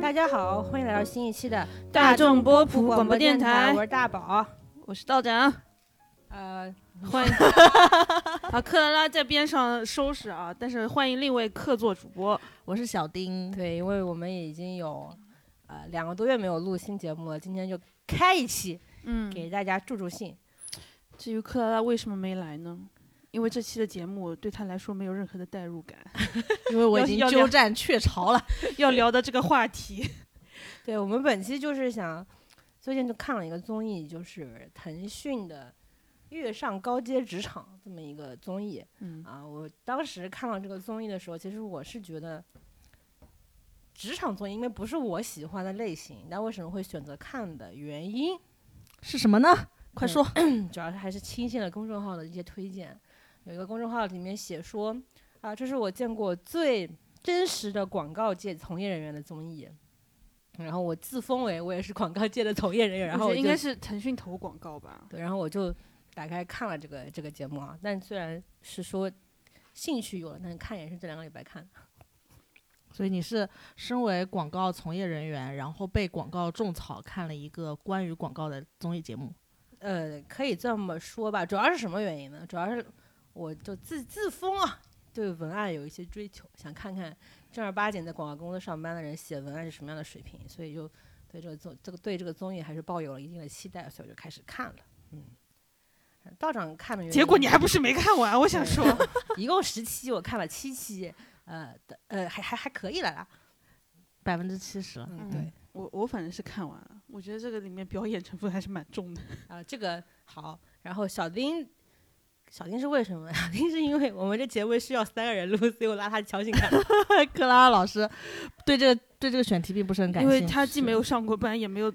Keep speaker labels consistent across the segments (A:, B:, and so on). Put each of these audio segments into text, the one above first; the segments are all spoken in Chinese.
A: 大家好，欢迎来到新一期的
B: 大众波
A: 普
B: 普广播电台
A: 我，是大宝。
B: 我是道长，
A: 呃，
B: 欢迎啊！克拉拉在边上收拾啊，但是欢迎另一位客座主播，
C: 我是小丁，
A: 对，因为我们已经有呃两个多月没有录新节目了，今天就开一期
B: 嗯
A: 给大家助助兴。
B: 至于克拉拉为什么没来呢？因为这期的节目对她来说没有任何的代入 感，
C: 因为我已
B: 要
C: 经
B: 要聊
C: 鸠占鹊巢了。
B: 要聊的这个话题，
A: 对我们本期就是想，最近就看了一个综艺，就是腾讯的《跃上高阶职场》这么一个综艺
B: 嗯，
A: 啊。我当时看到这个综艺的时候，其实我是觉得。职场综艺因为不是我喜欢的类型，但为什么会选择看的原因嗯
C: 是什么呢？快说。
B: 嗯
A: 主要是还是倾信了公众号的一些推荐。有一个公众号里面写说，啊，这是我见过最真实的广告界从业人员的综艺。然后我自封为我也是广告界的从业人员，然后
B: 我
A: 我
B: 觉得
A: 就
B: 应该是腾讯投广告吧，
A: 对，然后我就打开看了这个这个节目啊。但虽然是说兴趣有了，但是看也是这两个礼拜看。
C: 所以你是身为广告从业人员，然后被广告种草，看了一个关于广告的综艺节目。
A: 呃，可以这么说吧，主要是什么原因呢？主要是我就自自封啊，对文案有一些追求，想看看正儿八经在广告公司上班的人写文案是什么样的水平，所以就对这个综这个对这个综艺还是抱有了一定的期待，所以我就开始看了。嗯，道长看了原因，
B: 结果你还不是没看完，我想说，
A: 一共十期，我看了七期，呃的呃还还还可以了啦。
C: 百分之七十了，
A: 嗯，
B: 嗯
A: 对，
B: 我我反正是看完了，我觉得这个里面表演成分还是蛮重的，
A: 啊，这个好。然后小丁，小丁是为什么？小丁是因为我们这节目需要三个人录，所以我拉他强行看。
C: 克拉拉老师对这个对这个选题并不是很感
B: 因
C: 兴趣，
B: 为她既没有上过班，也没有，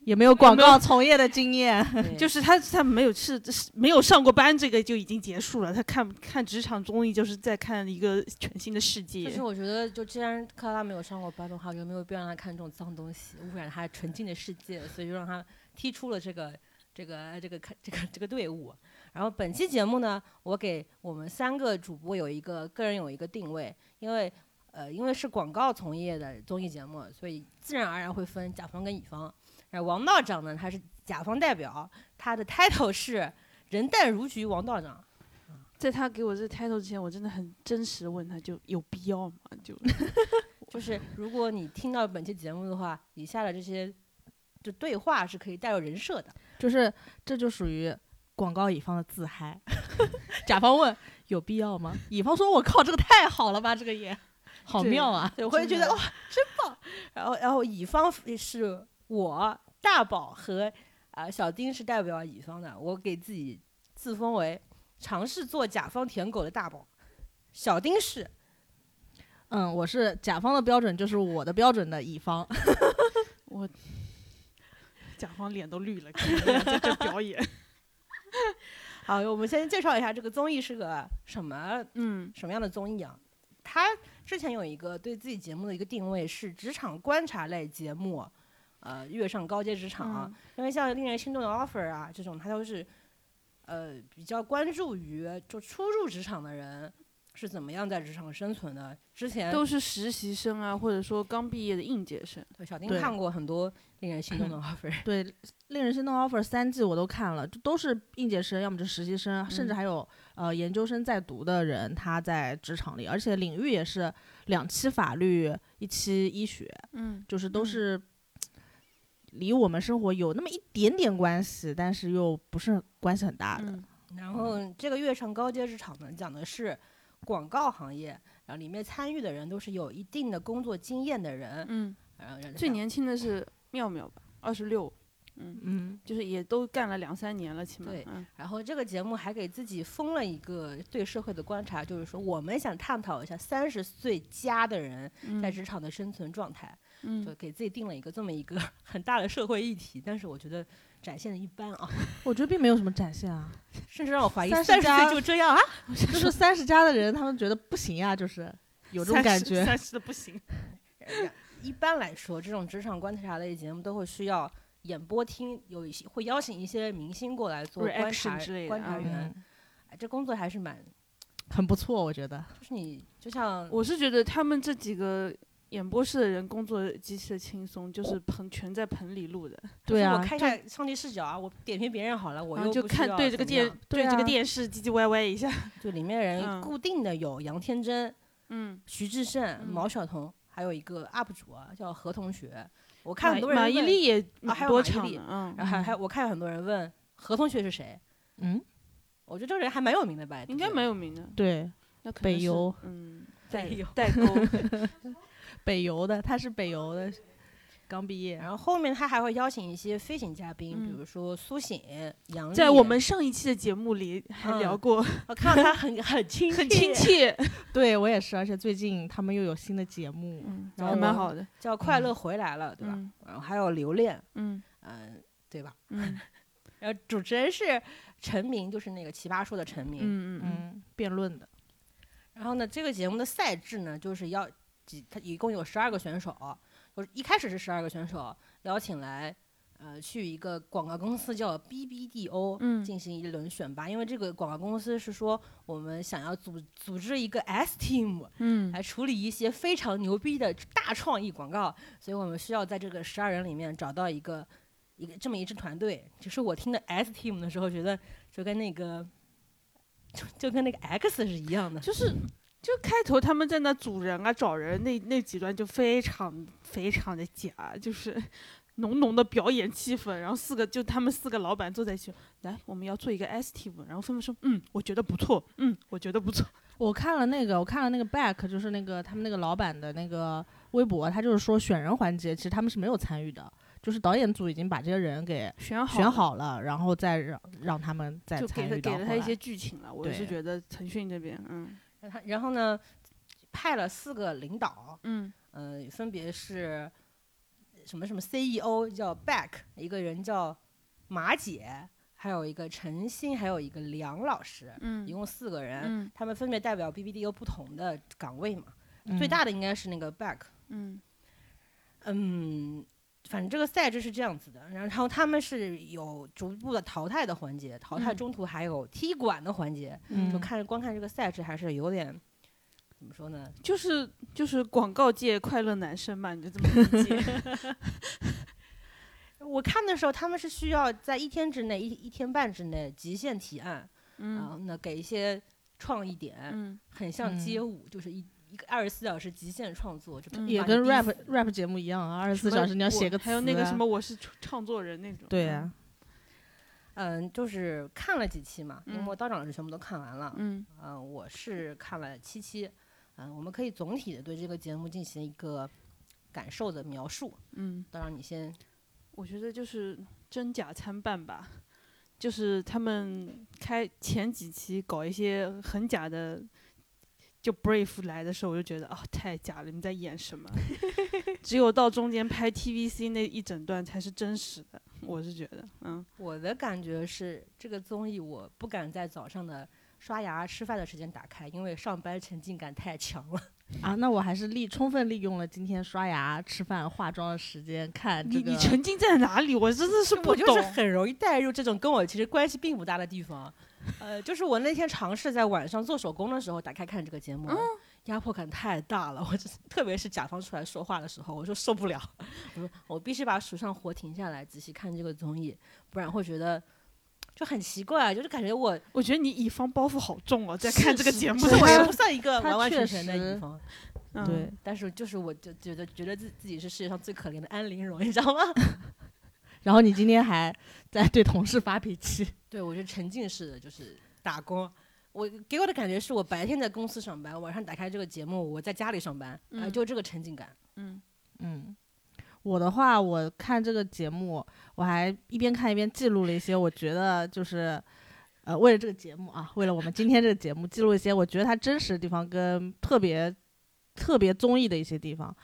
C: 也没有广告从业的经验，
B: 就是是她她没有是是没有上过班，这个就已经结束了。她看看职场综艺就是在看一个全新的世界，
A: 就是我觉得，就既然克拉拉没有上过班的话，就没有必要让他看这种脏东西，污染他纯净的世界，所以就让他踢出了这个这个这个看这个这个队伍。然后本期节目呢，我给我们三个主播有一个个人有一个定位，因为呃因为是广告从业的综艺节目，所以自然而然会分甲方跟乙方。然后王道长呢，他是甲方代表，他的 title 是人淡如菊王道长。
B: 在他给我这 title 之前，我真的很真实地问他，就有必要吗？就
A: 就是如果你听到本期节目的话，以下的这些就对话是可以带有人设的。
C: 就是这就属于广告乙方的自嗨。 甲方问有必要吗？乙方说：“我靠，这个太好了吧，这个也好
B: 对
C: 妙啊！”
A: 对，我会觉
B: 真
A: 得
B: 的
A: 哇，真棒。然后，然后乙方是我大宝和啊、呃小丁是代表乙方的，我给自己自封为尝试做甲方舔狗的大宝，小丁是
C: 嗯，我是甲方的标准就是我的标准的乙方，
B: 我 甲方脸都绿了，看你俩在这表演。
A: 好，我们先介绍一下这个综艺是个什么
B: 嗯，
A: 什么样的综艺啊？他之前有一个对自己节目的一个定位是职场观察类节目，呃，跃上高阶职场
B: 嗯
A: 啊、因为像令人心动的 offer 啊这种，他都是呃比较关注于就初入职场的人是怎么样在职场生存的。之前
B: 都是实习生啊，或者说刚毕业的应届生。
A: 对小丁
C: 对
A: 看过很多令人心动 的 offer，
C: 对，《令人心动 offer》三季我都看了，就都是应届生，要么就是实习生，甚至
A: 嗯
C: 还有呃研究生在读的人，他在职场里，而且领域也是两期法律，一期医学，
B: 嗯，
C: 就是都
B: 嗯
C: 是离我们生活有那么一点点关系，但是又不是关系很大的。
B: 嗯，
A: 然后这个跃上高阶职场呢，讲的是广告行业，然后里面参与的人都是有一定的工作经验的人，
B: 嗯，
A: 然后
B: 最年轻的是妙妙吧，二十六。嗯，
C: 嗯，
B: 就是也都干了两三年了，起码。
A: 对
B: 嗯
A: 然后这个节目还给自己封了一个对社会的观察，就是说我们想探讨一下三十岁加的人
B: 嗯，
A: 在职场的生存状态，就
B: 嗯，
A: 给自己定了一个这么一个 很大的社会议题。但是我觉得展现的一般啊，
C: 我觉得并没有什么展现啊，
A: 甚至让我怀疑
C: 30
A: 哎三十岁
C: 加
A: 就这样啊。
C: 就是三十加的人，他们觉得不行啊，就是有这种感觉。
B: 三十的不行。
A: 一般来说，这种职场观察类节目都会需要演播厅有一些会邀请一些明星过来做观察
B: Reaction 之类的
A: 观察
B: 嗯
A: 员、
C: 嗯，
A: 哎，这工作还是蛮，
C: 很不错，我觉得。
A: 就是你就像
B: 我是觉得他们这几个演播室的人工作极其的轻松，就是捧全在捧里录的，
C: 对
A: 就是
C: 啊，
A: 我开一下上帝视角啊，我点评别人好了，我
B: 然
A: 又
B: 啊后就
A: 不需
B: 看
A: 要
B: 对这个
A: 怎么样
B: 电对这
C: 对
B: 个
C: 啊
B: 电视唧唧歪 歪一下，
A: 就里面的人
B: 嗯
A: 固定的有杨天真、
B: 嗯，
A: 徐志胜、
B: 嗯
A: 毛晓彤，还有一个 UP 主啊叫何同学。我看
B: 马
A: 很多人
B: 马伊
A: 问，
B: 琍也
A: 啊还
B: 蛮
A: 有马
B: 多
A: 伊
B: 场
A: 琍啊
B: 的，嗯，
A: 然后还还我看很多人问何同学是谁，
C: 嗯，
A: 我觉得这个人还蛮有名的吧，
B: 应该蛮有名的，
C: 对，
B: 那可能
C: 北
B: 是
C: 邮，
B: 嗯，代
A: 在有。
B: 代沟，
C: 北邮的，他是北
B: 哦
C: 邮的，刚毕业，
A: 然后后面他还会邀请一些飞行嘉宾，比
B: 嗯
A: 如说苏醒、杨丽。
B: 在我们上一期的节目里还
A: 嗯
B: 聊过，
A: 我看到他 很很亲
B: 很亲，切，
C: 对我也是，而且最近他们又有新的节目，
B: 嗯，
A: 然
B: 还
A: 后
B: 蛮
A: 我
B: 好的，
A: 叫《快乐回来了》，对吧？
B: 嗯
A: 然后还有留恋，
B: 嗯
A: 嗯，对吧？
B: 嗯
A: 然后主持人是陈明，就是那个奇葩说的陈明。
B: 嗯嗯
C: 嗯，辩论的，
A: 然后呢，这个节目的赛制呢，就是要几，它一共有十二个选手，就是一开始是十二个选手邀请来，呃，去一个广告公司叫 BBDO，
B: 嗯
A: 进行一轮选拔，因为这个广告公司是说我们想要组组织一个 S team
B: 嗯
A: 来处理一些非常牛逼的大创意广告，所以我们需要在这个十二人里面找到一个一个这么一支团队。只是我听的 S team 的时候，觉得就跟那个就就跟那个 X 是一样的。
B: 就是就开头他们在那组人啊找人那那几段就非常非常的假，就是 浓浓的表演气氛，然后四个就他们四个老板坐在一起，来我们要做一个 S team，然后纷纷说嗯我觉得不错，嗯我觉得不错，
C: 我看了那个，我看了那个 back，就是那个他们那个老板的那个微博，他就是说选人环节其实他们是没有参与的，就是导演组已经把这些人给
B: 选好
C: 选。好了，然后再让让他们再
B: 就
C: 参
B: 给他
C: 与到
B: 给
C: 后
B: 了他
C: 来。
B: 一些剧情了，我是
C: 对
B: 觉得腾讯这边，嗯
A: 然后然后呢，派了四个领导，
B: 嗯
A: 呃，分别是什么什么 CEO 叫 Back，一个人叫马姐，还有一个陈鑫，还有一个梁老师，一
B: 嗯
A: 共四个人，
B: 嗯
A: 他们分别代表 BBDO 不同的岗位嘛。
C: 嗯
A: 最大的应该是那个 Back，
B: 嗯
A: 嗯，反正这个赛制是这样子的，然后他们是有逐步的淘汰的环节，淘汰
B: 嗯
A: 中途还有踢馆的环节，
C: 嗯
A: 就看光看这个赛制还是有点。怎么说呢？
B: 就是就是广告界快乐男生嘛，你就这么理 解？
A: 我看的时候，他们是需要在一天之内、一一天半之内极限提案，然后
B: 嗯
A: 呢给一些创意点，
B: 嗯
A: 很像
C: 嗯
A: 街舞，就是一一个二十四小时极限创作，就
B: 嗯
C: 也
A: 把
C: 跟
A: 你逼
C: rap
A: 死
C: rap 节目一样啊，二十
B: 什
C: 四
B: 么
C: 小时你要
B: 我
C: 写个词、啊
B: 还有那个什，么我是创创作人那种，嗯
C: 对啊，
A: 嗯，就是看了几期嘛，因为
B: 嗯
A: 我道长是全部都看完了，
B: 嗯
A: 嗯，我是看了七期，嗯，我们可以总体的对这个节目进行一个感受的描述。
B: 嗯，
A: 道长，你先，
B: 我觉得就是真假参半吧，就是他们开前几期搞一些很假的，就 Brave 来的时候，我就觉得啊、太假了，你在演什么？ 只有到中间拍 TVC 那一整段才是真实的，我是觉得，嗯
A: 我的感觉是这个综艺我不敢在早上的刷牙吃饭的时间打开，因为上班沉浸感太强了。
C: 啊，那我还是利充分利用了今天刷牙、吃饭、化妆的时间看哎这
B: 你
C: 个。
B: 你沉浸在哪里？我真的是不
A: 我就是
B: 懂。
A: 很容易带入这种跟我其实关系并不大的地方。呃，就是我那天尝试在晚上做手工的时候打开看这个节目，压迫感太大了。我就是特别是甲方出来说话的时候，我就受不了。 我说我必须把手上活停下来，仔细看这个综艺，不然会觉得就很奇怪，啊就是感觉我
B: 我觉得你乙方包袱好重哦，在
A: 是
B: 看这个
A: 是
B: 节目
A: 其
B: 的
A: 实
B: 时候，
A: 我
C: 他
A: 也不算一个
C: 他
A: 完完全
C: 确
A: 全的乙
C: 实
A: 方，
B: 嗯
C: 对，
A: 但是就是我就觉得觉得自自己是世界上最可怜的安陵容，你知道吗？
C: 然后你今天还在对同事发脾气，
A: 对，我是沉浸式的，就是打工。我给我的感觉是我白天在公司上班，晚上打开这个节目，我在家里上班，哎、
B: 嗯
A: 就这个沉浸感。
B: 嗯
C: 嗯，我的话，我看这个节目，我还一边看一边记录了一些，我觉得就是，呃，为了这个节目啊，为了我们今天这个节目，记录一些我觉得它真实的地方跟特别特别综艺的一些地方。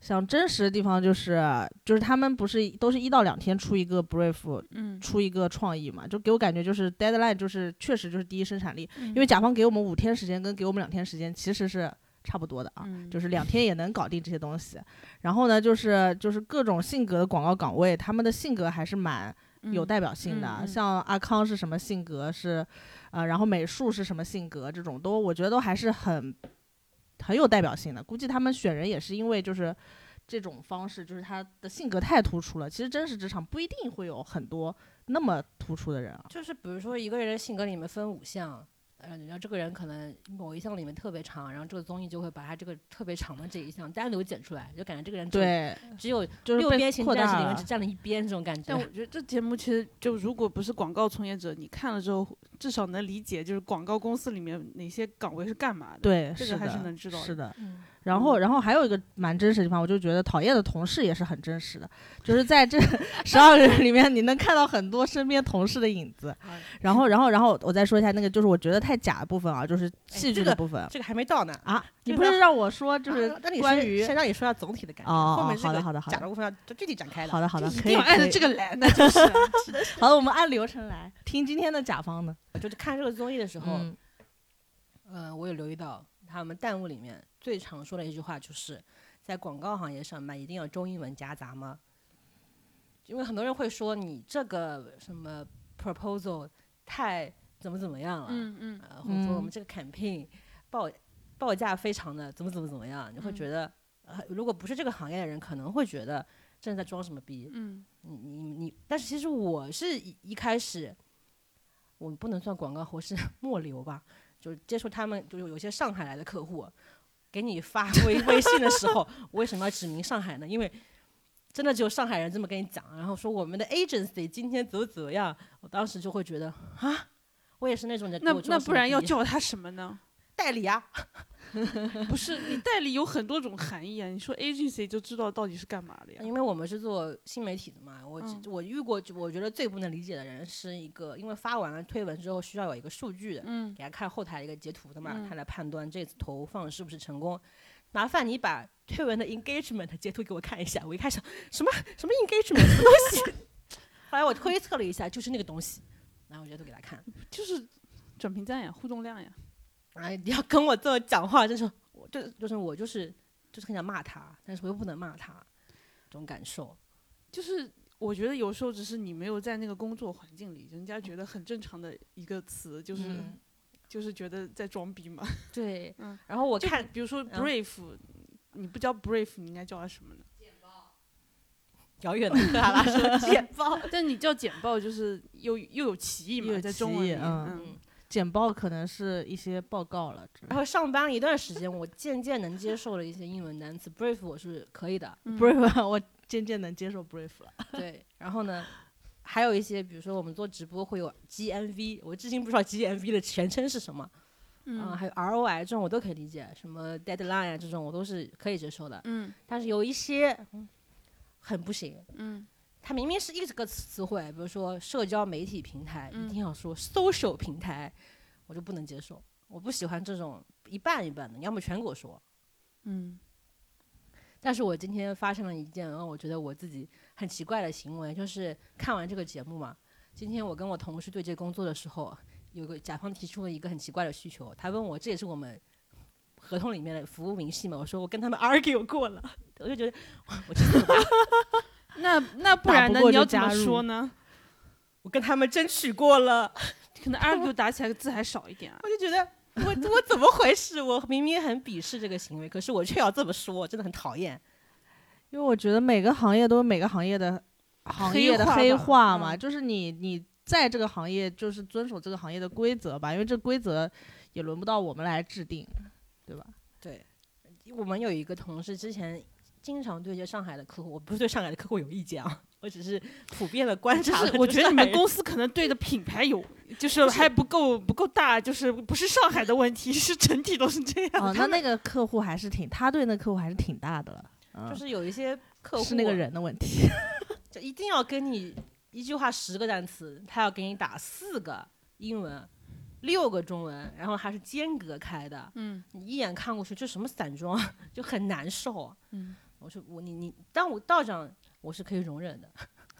C: 像真实的地方就是，就是他们不是都是一到两天出一个 brief，
B: 嗯，
C: 出一个创意嘛，就给我感觉就是 deadline 就是确实就是第一生产力，
B: 因
C: 因为甲方给我们五天时间跟给我们两天时间其实是差不多的啊。
B: 嗯
C: 就是两天也能搞定这些东西。然后呢，就是就是各种性格的广告岗位，他们的性格还是蛮有代表性的。
B: 嗯嗯
C: 像阿康是什么性格是，呃，然后美术是什么性格，这种都我觉得都还是很很有代表性的。估计他们选人也是因为就是这种方式，就是他的性格太突出了。其实真实职场不一定会有很多那么突出的人啊。
A: 就是比如说一个人的性格里面分五项，呃，然后这个人可能某一项里面特别长，然后这个综艺就会把他这个特别长的这一项单独剪出来，就感觉这个人只有
C: 对，
A: 只有
C: 就是
A: 六
C: 被
A: 边形
C: 扩
A: 战士
C: 大
A: 里面
C: 了
A: 只占了一边这种感觉
B: 但。我觉得这节目其实就如果不是广告从业者，你看了之后至少能理解，就是广告公司里面哪些岗位是干嘛的。
C: 对，
B: 这个
C: 是
B: 还是
C: 的
B: 能知道的
C: 是的，
A: 嗯，
C: 然后，然后还有一个蛮真实的地方，我就觉得讨厌的同事也是很真实的，就是在这 十二个人里面，你能看到很多身边同事的影子。
A: 啊
C: 然后，然后，然后我再说一下那个，就是我觉得太假的部分啊，就是
A: 哎
C: 戏
A: 这
C: 剧的
A: 个
C: 部分、
A: 这个还没到呢，
C: 啊。你
A: 这
C: 不
A: 个
C: 是让我说，就是
A: 啊那你
C: 关
A: 先
C: 于
A: 先让你说下总体的感觉，
C: 哦
A: 后面
C: 哦
A: 这
C: 好的
A: 个
C: 好的好
A: 假
C: 的
A: 的部分要具体展开了。
C: 好的 好的，
B: 一
C: 可
B: 定
C: 以
B: 要按
C: 可
B: 着
C: 以
B: 这个来，那就是了。是的
C: 好的，我们按流程来听今天的甲方的。
A: 就是看这个综艺的时候，
C: 嗯
A: 呃，我有留意到他们弹幕里面最常说的一句话就是，在广告行业上班一定要中英文夹杂吗？因为很多人会说你这个什么 proposal 太怎么怎么样了，
B: 嗯嗯，
A: 呃，或者说我
C: 嗯
A: 们这个 campaign 报报价非常的怎么怎么怎么样，你会
B: 嗯
A: 觉得，呃，如果不是这个行业的人，可能会觉得正在装什么逼，
B: 嗯，
A: 你你你，但是其实我是一一开始，我不能算广告，我是 末流吧，就是接触他们，就是有些上海来的客户，给你发微微信的时候，我为什么要指明上海呢？因为真的只有上海人这么跟你讲，然后说我们的 agency 今天怎么怎么样，我当时就会觉得啊，我也是那种人，
B: 那
A: 给我装
B: 那
A: 什
B: 不
A: 么
B: 然要
A: 逼
B: 叫他什么呢？
A: 代理啊，
B: 不是你代理有很多种含义啊，你说 agency 就知道到底是干嘛的呀。
A: 因为我们是做新媒体的嘛，我、
B: 嗯
A: 我遇过，我觉得最不能理解的人是一个，因为发完了推文之后需要有一个数据的，
B: 嗯
A: 给他看后台的一个截图的嘛，
B: 嗯
A: 他来判断这次投放是不是成功。麻烦你把推文的 engagement 截图给我看一下。我一开始什么什么 engagement 什么东西， 后来我推测了一下，就是那个东西，然后我截图给他看。
B: 就是转评赞呀，互动量呀。
A: 哎，你要跟我这么讲话，真是我就就是我就是就是很想骂他，但是我又不能骂他，这种感受。
B: 就是我觉得有时候只是你没有在那个工作环境里，人家觉得很正常的一个词，就是、
C: 嗯
B: 就是觉得在装逼嘛。
A: 对，
B: 嗯
A: 然后我
B: 就
A: 看
B: 比如说
A: 嗯
B: brief，、你不叫 brief，你应该叫它什么呢？
A: 遥远的克拉拉说简报，
B: 但啊你叫简报，就是又又有歧义
C: 又
B: 嘛，
C: 有
B: 在
C: 歧
B: 中文
C: 义
B: 里，
C: 嗯简报可能是一些报告了之类
A: 然后上班了一段时间，我渐渐能接受了一些英文单词，brief 我是可以的，
B: 嗯
C: 的。brief，我 渐渐能接受 brief 了。
A: 对，然后呢，还有一些，比如说我们做直播会有 GMV，我至今不知道 GMV 的全称是什么，嗯，
B: 嗯
A: 还有 ROI 这种我都可以理解，什么 deadline 啊这种我都是可以接受的，
B: 嗯
A: 但是有一些嗯很不行，
B: 嗯
A: 它明明是一个词汇，比如说社交媒体平台，
B: 嗯
A: 一定要说 social 平台，我就不能接受，我不喜欢这种一半一半的，你要么全给我说，
B: 嗯
A: 但是我今天发生了一件让我觉得我自己很奇怪的行为，就是看完这个节目嘛，今天我跟我同事对接工作的时候，有个甲方提出了一个很奇怪的需求，他问我这也是我们合同里面的服务明细嘛，我说我跟他们 argue 过了，我就觉得 我我真的吧
B: 那那不
C: 打
B: 然
C: 不
B: 呢？
C: 过
B: 你要
C: 就
B: 怎么
C: 加入
B: 说呢？
A: 我跟他们争取过了，
B: 可 能 argue 打起来字还少一点啊。
A: 我就觉得。我我怎么回事？ 我明明很鄙视这个行为，可是我却要这么说，真的很讨厌。
C: 因为我觉得每个行业都有每个行业的行业的
B: 黑化吧
C: 黑化嘛，
B: 嗯
C: 就是你你在这个行业就是遵守这个行业的规则吧，因为这规则也轮不到我们来 制定，对吧？
A: 对，我们有一个同事之前经常对接上海的客户，我不是对上海的客户有意见啊，我只是普遍的观
B: 就
A: 察了
B: 是
A: 这
B: 我
A: 个上海人。
B: 觉得你们公司可能对的品牌有，就是还不够不够大，就是不是上海的问题，是整体都是这样。
C: 哦，那那个客户还是挺，他对那客户还是挺大的了，嗯
A: 就是有一些客户啊
C: 是
B: 啊
C: 那个，人的问题。
A: 就一定要跟你一句话十个单词，他要给你打四个英文，六个中文，然后还是间隔开的，
B: 嗯
A: 你一眼看过去就什么散装， 就很难受。
B: 嗯，
A: 我说我你你，但我道长我是可以容忍的。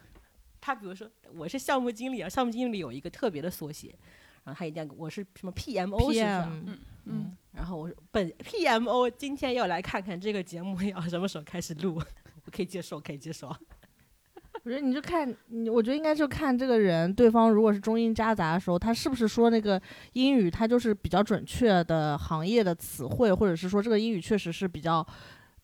A: 他比如说我是项目经理啊，项目经理有一个特别的缩写，然后他一定要我是什么 PMO 是吧？
C: PM
B: 嗯，
A: 然后我说本 PMO 今 天要来看看这个节目要什么时候开始录，我可以接受，可以接受。
C: 我觉得你就看，你我觉得应该就看这个人，对方如果是中英夹杂的时候，他是不是说那个英语，他就是比较准确的行业的词汇，或者是说这个英语确实是比较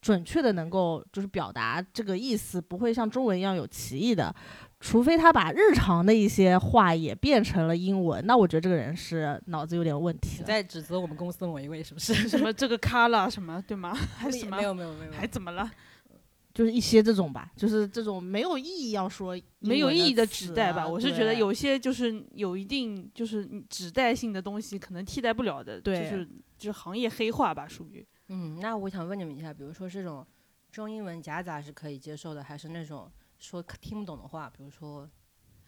C: 准确的，能够就是表达这个意思，不会像中文一样有歧义的。除非他把日常的一些话也变成了英文，那我觉得这个人是脑子有点问题
A: 你
C: 了。
A: 在指责我们公司的某一位是不是？
B: 什么这个卡啦什么对吗？还是什 么
A: 没有没有没有，
B: 还怎么了？
C: 就是一些这种吧，就是这种没有意义要说
B: 没有意义的指代吧，
C: 英文的词啊
B: 我是觉得
C: 啊对
B: 有些就是有一定就是指代性的东西，可能替代不了的，就
C: 对
B: 是就是行业黑化吧，属于。
A: 嗯，那我想问你们一下，比如说这种中英文夹杂是可以接受的，还是那种说听不懂的话，比如说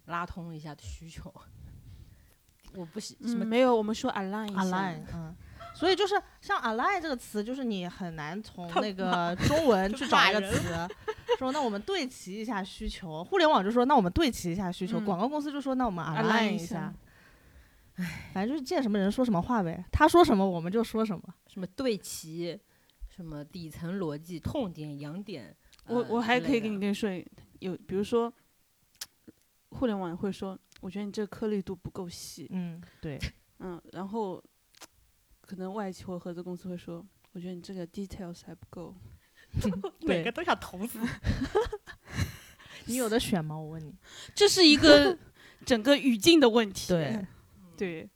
A: 拉通一下的需求？ 我不喜什么、
B: 嗯，没有，我们说 align 一下
C: align，嗯。所以就是像 align 这个词，就是你很难从那个中 文去找一个词，说那我们对齐一下需求。互联网就说那我们对齐一下需求，
B: 嗯
C: 广告公司就说那我们
B: align
C: align
B: 一
C: 一
B: 下
C: 下。唉，反正就是见什么人说什么话呗，他说什么我们就说什么。
A: 什么对齐，什么底层逻辑、痛点、痒点。
B: 我
A: 呃
B: 我还
A: 之
B: 可
A: 类
B: 以跟
A: 的
B: 你跟你说一，有比如说，互联网会说，我觉得你这个颗粒度不够细，
C: 嗯， 对，
B: 嗯，然后可能外企或合资公司会说，我觉得你这个 details 还不够，
A: 每
C: 对
A: 个都想捅死。
C: 你有的选吗？我问你。
B: 这是一 个整个语境的问题。
C: 对，
B: 对，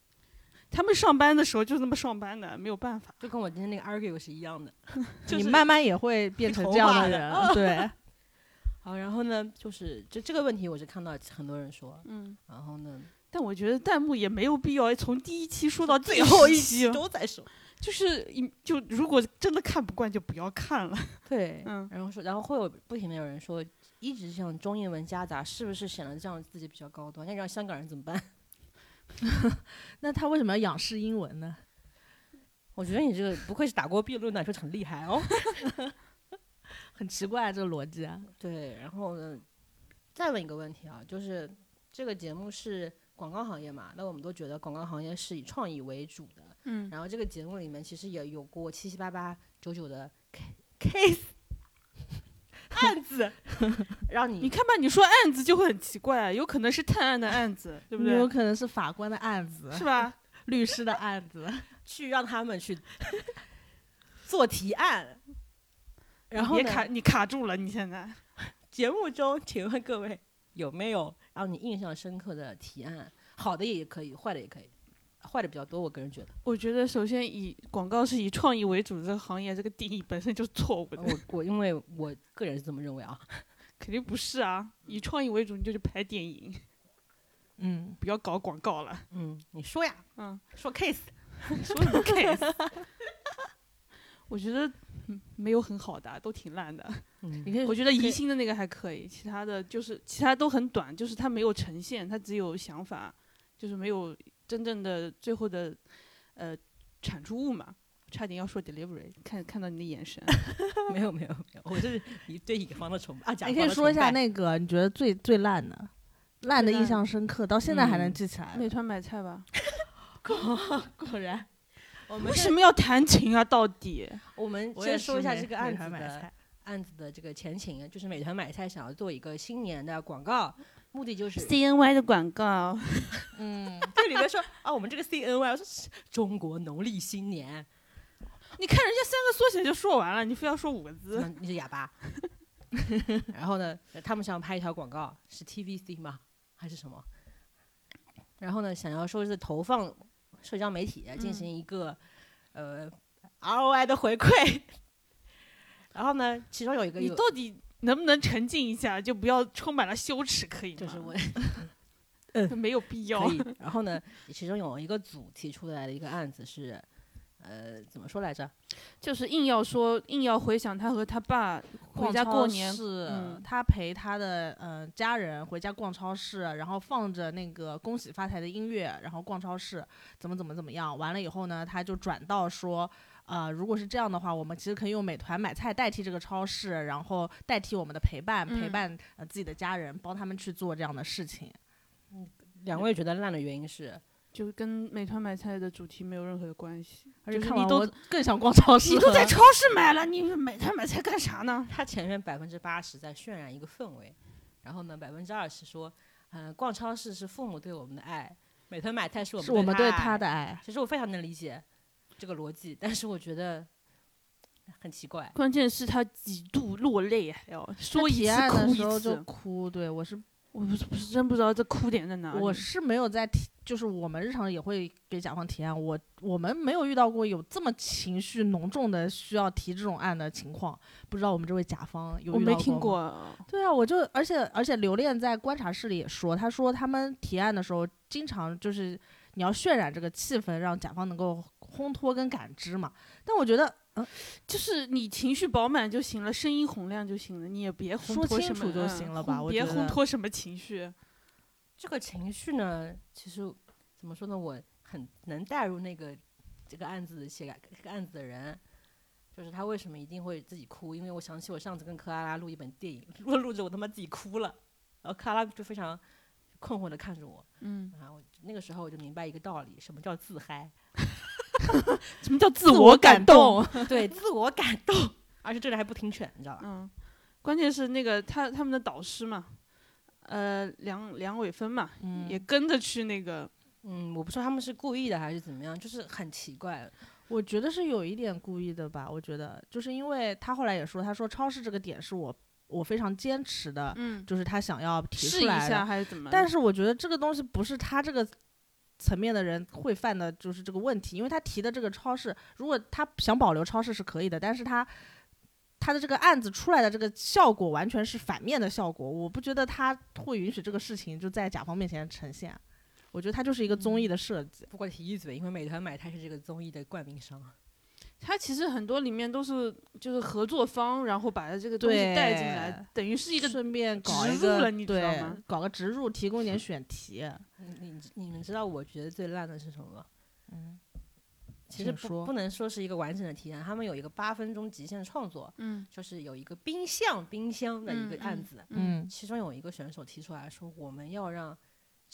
B: 他们上班的时候就这么上班的，没有办法。
A: 就跟我今天那个 argue 是一样的。
C: 你慢慢也会变成这样的人。 对，
A: 好，然后呢，就是这这个问题，我是看到很多人说，
B: 嗯，
A: 然后呢，
B: 但我觉得弹幕也没有必要从第一期说到最后一期，
A: 都在说，
B: 就是一就如果真的看不惯就不要看了。
A: 对，
B: 嗯
A: 然后说，然后会有不停的有人说，一直像中英文夹杂，是不是显得这样自己比较高端？那让香港人怎么办？
C: 那他为什么要仰视英文呢？
A: 我觉得你这个不愧是打过辩论的，就很厉害哦。
C: 很奇怪、啊、这个逻辑、啊。
A: 对，然后呢，再问一个问题啊，就是这个节目是广告行业嘛？那我们都觉得广告行业是以创意为主的，
B: 嗯，
A: 然后这个节目里面其实也有过七七八八九九的 ca- case 案子，让
B: 你
A: 你
B: 看吧，你说案子就会很奇怪，有可能是探案的案 子，对不
C: 有
B: 对？
C: 可能是法官的案子，
B: 是吧？
C: 律师的案子。
A: 去让他们去做提案，然后
B: 也
A: 呢
B: 卡你卡住了，你现在
A: 节目中，请问各位有没有让你印象深刻的提案？好的也可以，坏的也可以，坏的比较多，我个人觉得。
B: 我觉得首先以广告是以创意为主的这个行业，这个定义本身就是错误的，
A: 我我因为我个人是这么认为啊。
B: 肯定不是啊。以创意为主，你就去拍电影，
C: 嗯，
B: 不要搞广告 了。
A: 嗯，你说呀，
B: 嗯，
A: 说 case，
B: 说什么 case？我觉得嗯没有很好的啊、都挺烂的。
A: 嗯
C: 你可以，
B: 我觉得
C: 可
B: 宜
C: 以
B: 兴的那个还可以，其他的就是其他都很短，就是它没有呈现，它只有想法，就是没有真正的最后的呃产出物嘛。差点要说 delivery，看看到你的眼 神，
A: 没有没有没有，我是你对乙方的崇拜啊，甲
C: 你
A: 方
C: 可以
A: 的
C: 说一
A: 崇
C: 下
A: 拜
C: 那个你觉得最最烂的，烂的印象深刻，到现在还能记起 来。
B: 美团买菜吧？
C: 果然，
A: 我们
B: 为
A: 先
B: 什么要弹琴啊？到 底
A: 我们
C: 我也
A: 先说一
C: 是
A: 下
C: 美
A: 这个
C: 美
A: 案
C: 团
A: 子
C: 买
A: 的
C: 菜
A: 案子的这个前情，啊就是美团买菜想要做一个新年的广告，目的就是
B: ？CNY 的广告，
C: 嗯，
A: 这里面说啊，我们这个 CNY 我说是中国农历新年，
B: 你看人家三个缩写就说完了，你非要说五个字，
A: 嗯，你是哑巴。 然后呢，他们想拍一条广告，是 TVC 吗？还是什么？然后呢，想要说是投放社交媒体进行一个、呃 ROI 的回馈。 然后呢，其中有一个
B: 你
A: 有，
B: 到底能不能沉浸一下？就不要充满了羞耻，可以吗？
A: 就是 我
B: 没有必要
A: 可。以。然后呢，其中有一个组提出来的一个案子是，呃，怎么说来着？
B: 就是硬要说，硬要回想他和他爸回家过年，
C: 是、
B: 嗯
C: 他陪他的呃家人回家逛超市，然后放着那个恭喜发财的音乐，然后逛超市，怎么怎么怎么样。完了以后呢，他就转到说。呃，如果是这样的话，我们其实可以用美团买菜代替这个超市，然后代替我们的陪伴，陪
B: 嗯
C: 伴呃自己的家人，帮他们去做这样的事情。
A: 两位觉得烂的原因是，
B: 就跟美团买菜的主题没有任何的关系。
C: 而
B: 就
C: 且
B: 是
C: 看
B: 你
C: 完
B: 都
C: 我更想逛超市
B: 你
C: 了。
B: 都 在超市买了，你美团买菜干啥呢？
A: 他前面百分之八十在渲染一个氛围，然后呢，百分之二是说，嗯、逛超市是父母对我们的爱，美团买菜是我们
C: 是我们对
A: 他
C: 他
A: 爱
C: 的爱。
A: 其实我非常能理解这个逻辑，但是我觉得很奇怪。
B: 关键是他几度落泪，还要说
C: 他
B: 一
C: 提
B: 次
C: 案的
B: 哭
C: 时
B: 一
C: 候就
B: 次。
C: 哭，对我是
B: 我不是不是真不知道这哭点在哪里。
C: 我是没有在提，就是我们日常也会给甲方提案，我我们没有遇到过有这么情绪浓重的需要提这种案的情况，不知道我们这位甲方有
B: 我
C: 遇到
B: 没听
C: 吗
B: 过，
C: 对啊，我就而且而且刘恋在观察室里也说，他说他们提案的时候，经常就是你要渲染这个气氛，让甲方能够烘托跟感知嘛。但我觉得
B: 就是你情绪饱满就行了，声音洪亮就行了，你也别烘
C: 说
B: 托
C: 清
B: 什么
C: 楚就
B: 嗯
C: 行了吧
B: 烘
C: 我
B: 别
C: 觉
B: 烘
C: 得
B: 托什么情绪。
A: 这个情绪呢，其实怎么说呢，我很能带入那个这个案子写这个案子的人，就是他为什么一定会自己哭？因为我想起我上次跟克拉拉录一本电影， 录着录着我他妈自己哭了，然后克拉拉就非常困惑的看着我，
B: 嗯，
A: 然后我那个时候我就明白一个道理，什么叫自嗨。
B: 什么叫自
C: 自我
B: 感
C: 感
B: 动？
A: 对，自我感动，而且这里还不听劝，你知道吧？
B: 嗯，关键是那个他他们的导师嘛，呃，梁梁伟芬嘛，
C: 嗯
B: 也跟着去那个，
A: 嗯，我不知道他们是故意的还是怎么样，就是很奇怪。
C: 我觉得是有一点故意的吧，我觉得就是因为他后来也说，他说超市这个点是我我非常坚持的，
B: 嗯，
C: 就是他想要提
B: 试
C: 出
B: 一
C: 来
B: 下
C: 的。
B: 还是怎么？
C: 但
B: 是
C: 是我觉得这个东西不是他这个层面的人会犯的，就是这个问题，因为他提的这个超市，如果他想保留超市是可以的，但是他他的这个案子出来的这个效果完全是反面的效果，我不觉得他会允许这个事情就在甲方面前呈现。我觉得他就是一个综
B: 嗯
C: 艺的设计，
A: 不过提一嘴，因为美团买菜是这个综艺的冠名商，
B: 他其实很多里面都是就是合作方，然后把这个东西
C: 对
B: 带进来，等于是一个
C: 顺便搞
B: 植
C: 一
B: 入
C: 个
B: 了你知道
C: 对
B: 吗，嗯
C: 搞个植入，提供一点选题。
A: 你嗯你你们知道我觉得最烂的是什么吗？
C: 嗯，
A: 其实
C: 请
A: 不
C: 说
A: 不能说是一个完整的提案，他们有一个八分钟极限创作，
B: 嗯
A: 就是有一个冰箱冰箱的一
B: 嗯
A: 个案子，
B: 嗯
C: 嗯
A: 其中有一个选手提出来说，我们要让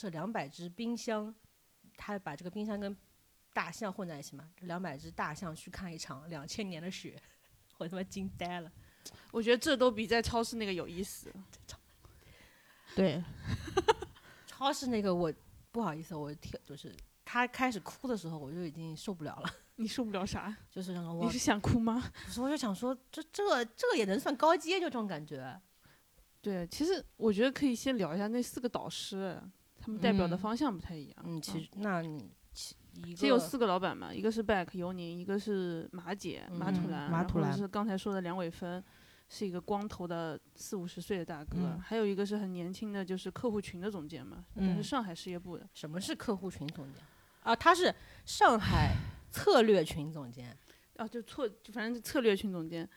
A: 这两百只冰箱，他把这个冰箱跟大象混在一起嘛，这两百只大象去看一场两千年的雪，我他妈惊呆了。
B: 我觉得这都比在超市那个有意思。
C: 对，
A: 超市那个我不好意思，我听就是他开始哭的时候，我就已经受不了了，
B: 你受不了啥？
A: 就是让我，
B: 你是想哭吗？
A: 我说我就想说，这这这也能算高阶，就这种感觉。
B: 对，其实我觉得可以先聊一下那四个导师，他们代表的
C: 嗯
B: 方向不太一样。
A: 嗯，其实那你其一
B: 这有
A: 个
B: 四个老板嘛，一个是 Back 尤宁，一个是马姐马土
A: 嗯
B: 兰，
C: 马
B: 然
C: 土
B: 后
C: 兰
B: 是刚才说的梁伟芬，是一个光头的四五十岁的大哥，
C: 嗯
B: 还有一个是很年轻的，就是客户群的总监嘛，他是
C: 嗯
B: 上海事业部的。
A: 什么是客户群总监啊？他是上海策略群总监。
B: 啊，就策，就反正就策略群总监，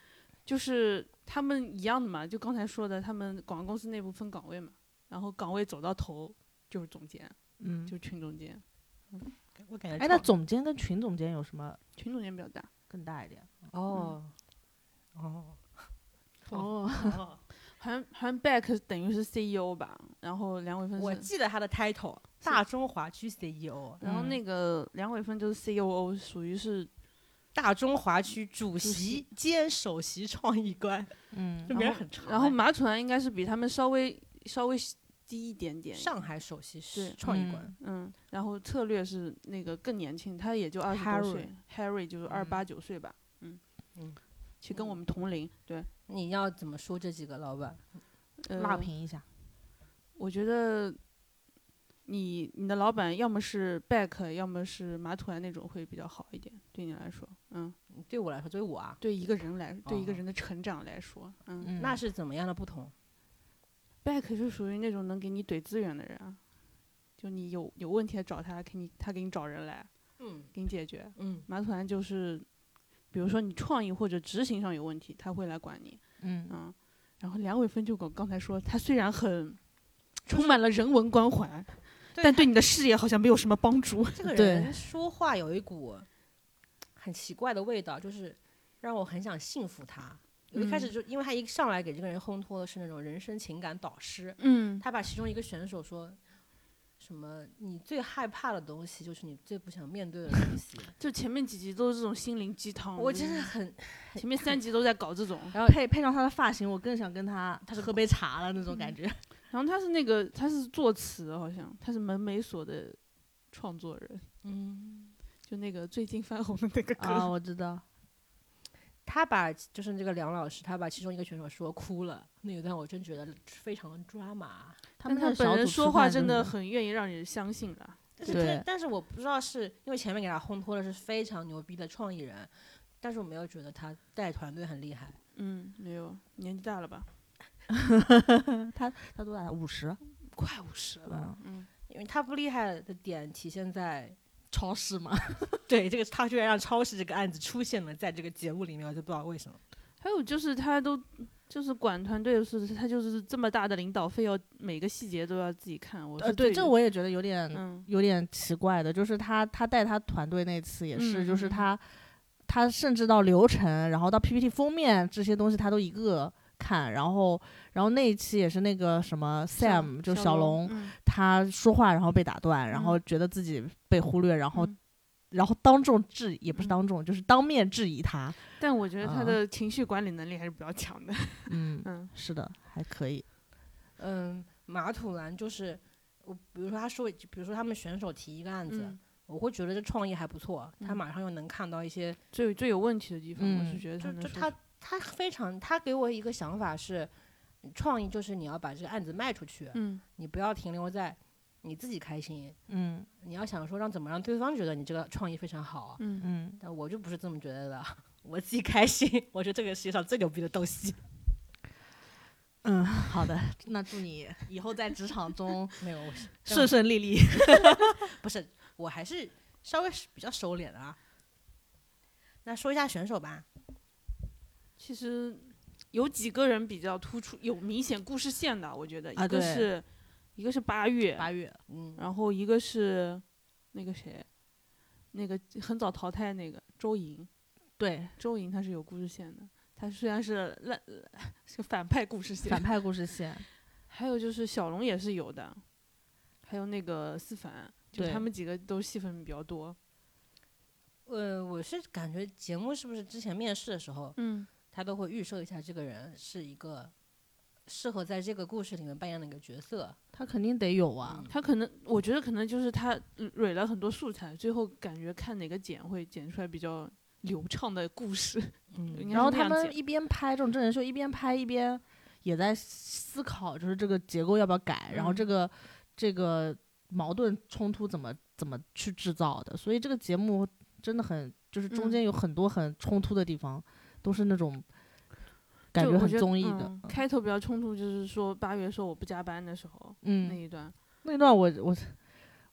B: 就是他们一样的嘛，就刚才说的，他们广告公司内部分岗位嘛，然后岗位走到头就是总监，
C: 嗯
B: 就，是群总监，
A: 我感觉
C: 哎，那总监跟群总监有什么
B: 群总监比较大。
C: 更大一点？
A: 哦 哦
C: 哦，
A: 哦，
B: 好像好像 Back 等于是 CEO 吧，然后梁伟 芬
A: 我
B: 是，
A: 记得他的 title，大中华区 E CEO，
B: 然后
C: 嗯
B: 那个梁伟芬就是 COO，属于是
A: 大中华区主席 兼首席创意官，
C: 嗯
A: 这名儿很长哎。
B: 然后马楚兰应该是比他们稍微稍微低一点点，
A: 上海首席是
B: 对
A: 创意官，
B: 嗯，然后策略是那个更年轻，他也就二十多岁，Harry 就是二八九岁吧，嗯
A: 嗯，
B: 其实跟我们同龄，对，
A: 你要怎么说这几个老板？
B: 呃
C: 辣评一下。
B: 我觉得你你的老板要么是 Back，要么是马土兰那种会比较好一点，对你来说，嗯，
A: 对我来说，对我啊，
B: 对一个人来，对一个
A: 哦
B: 人的成长来说，嗯
C: 嗯
A: 那是怎么样的不同？
B: ，Back 是属于那种能给你怼资源的人啊，就你有有问题来找他，给你他给你找人来
A: 嗯
B: 给你解决。
A: 嗯
B: 马土兰就是，比如说你创意或者执行上有问题，他会来管你，
C: 嗯
B: 嗯。然后梁伟芬就跟我刚才说，他虽然很充满了人文关怀，
A: 对
B: 但对你的事业好像没有什么帮助。
A: 这个
C: 对
A: 人说话有一股很奇怪的味道，就是让我很想信服他。我一开始就因为他一上来给这个人烘托的是那种人生情感导师，
B: 嗯，
A: 他把其中一个选手说什么你最害怕的东西就是你最不想面对的东西，
B: 就前面几集都是这种心灵鸡汤，
A: 我
B: 就
A: 真
B: 是
A: 的 很
B: 前面三集都在搞这种。
A: 然后
C: 配配上他的发型，我更想跟他
A: 他是
B: 嗯
C: 喝杯茶了那种感觉。
B: 然后他是那个他是作词，好像他是门美所的创作人，
A: 嗯，
B: 就那个最近翻红的那个歌。
C: 啊，我知道，
A: 他把就是这个梁老师，他把其中一个选手说哭了，那一段我真觉得非常的抓马。
C: 他们
B: 但
C: 那
B: 他
C: 小
B: 本人
C: 组
B: 说
C: 吃
B: 话
C: 饭
B: 真
C: 的
B: 的很愿意让人相信的。
A: 但是
C: 对
A: 他，但是我不知道是因为前面给他烘托的是非常牛逼的创意人，但是我没有觉得他带团队很厉害。
B: 嗯，没有，年纪大了吧？
C: 他他多大？五十，
B: 快五十了吧？嗯，
A: 因为他不厉害的点体现在，
C: 超 市嘛。
A: 对这个他居然让超市这个案子出现了在这个节目里面，我就不知道为什么。
B: 还有就是他都就是管团队的事，他就是这么大的领导，非要每个细节都要自己看。我
C: 呃，
B: 是
C: 对，
B: 最
C: 这我也觉得有点、
B: 嗯
C: 有点奇怪的，就是他他带他团队那次也是，
B: 嗯
C: 就是
B: 嗯
C: 他他甚至到流程，然后到 PPT 封面这些东西他都一个看，然后然后那一期也是那个什么 Sam 就小龙，嗯
B: 嗯
C: 他说话然后被打断，然后觉得自己被忽略，然后、
B: 嗯
C: 然后当众质疑也不
B: 嗯
C: 是当众，就是当面质疑他，
B: 但我觉得他
C: 啊
B: 的情绪管理能力还是比较强的。
C: 嗯，
B: 嗯
C: 是的，还可以，
A: 嗯，马土兰就是我，比如说他说，比如说他们选手提一个案子，
C: 啊
B: 嗯，
A: 我会觉得这创意还不错，他
B: 嗯
A: 马上又能看到一些，
B: 最最有问题的地方，我
C: 嗯
B: 是觉得他
A: 就
B: 能
A: 就
B: 说
A: 他他非常，他给我一个想法是，创意就是你要把这个案子卖出去，
B: 嗯
A: 你不要停留在你自己开心，
C: 嗯
A: 你要想说让怎么让对方觉得你这个创意非常好。
B: 嗯，
C: 嗯，
A: 但我就不是这么觉得的， 我自己开心， 我是这个世界上最牛逼的东西。
C: 嗯，好的，那祝你以后在职场中
A: 没有，我是
C: 顺顺利利。
A: 不是，我还是稍微是比较收敛的啊。那说一下选手吧，
B: 其实有几个人比较突出，有明显故事线的，我觉得
C: 啊
B: 一个
C: 对
B: 是一个是八月，
C: 八月，
A: 嗯，
B: 然后一个是那个谁，那个很早淘汰那个周莹，
C: 对，
B: 周莹她是有故事线的，她虽然是烂 是反派故事线
C: 反，派故事线，
B: 还有就是小龙也是有的，还有那个思凡，就
C: 对
B: 他们几个都戏份比较多。
A: 呃，我是感觉节目是不是之前面试的时候，
B: 嗯，
A: 他都会预设一下这个人是一个适合在这个故事里面扮演的一个角色。
C: 他肯定得有啊。
B: 他可能我觉得可能就是他嗯蕊了很多素材，最后感觉看哪个剪会剪出来比较流畅的故事。 应
A: 嗯
B: 该
C: 然后
B: 是那样
C: 他们
B: 剪
C: 一边拍这种真人秀，一边拍一边也在思考，就是这个结构要不要改，然后
B: 嗯
C: 这个这个矛盾冲突怎么怎么去制造的。所以这个节目真的很，就是中
B: 嗯
C: 间有很多很冲突的地方，都是那种感
B: 就
C: 觉
B: 我
C: 很
B: 得
C: 综艺的
B: 嗯。开头比较冲突，就是说八月说我不加班的时候、那
C: 嗯，
B: 一段，
C: 那段我我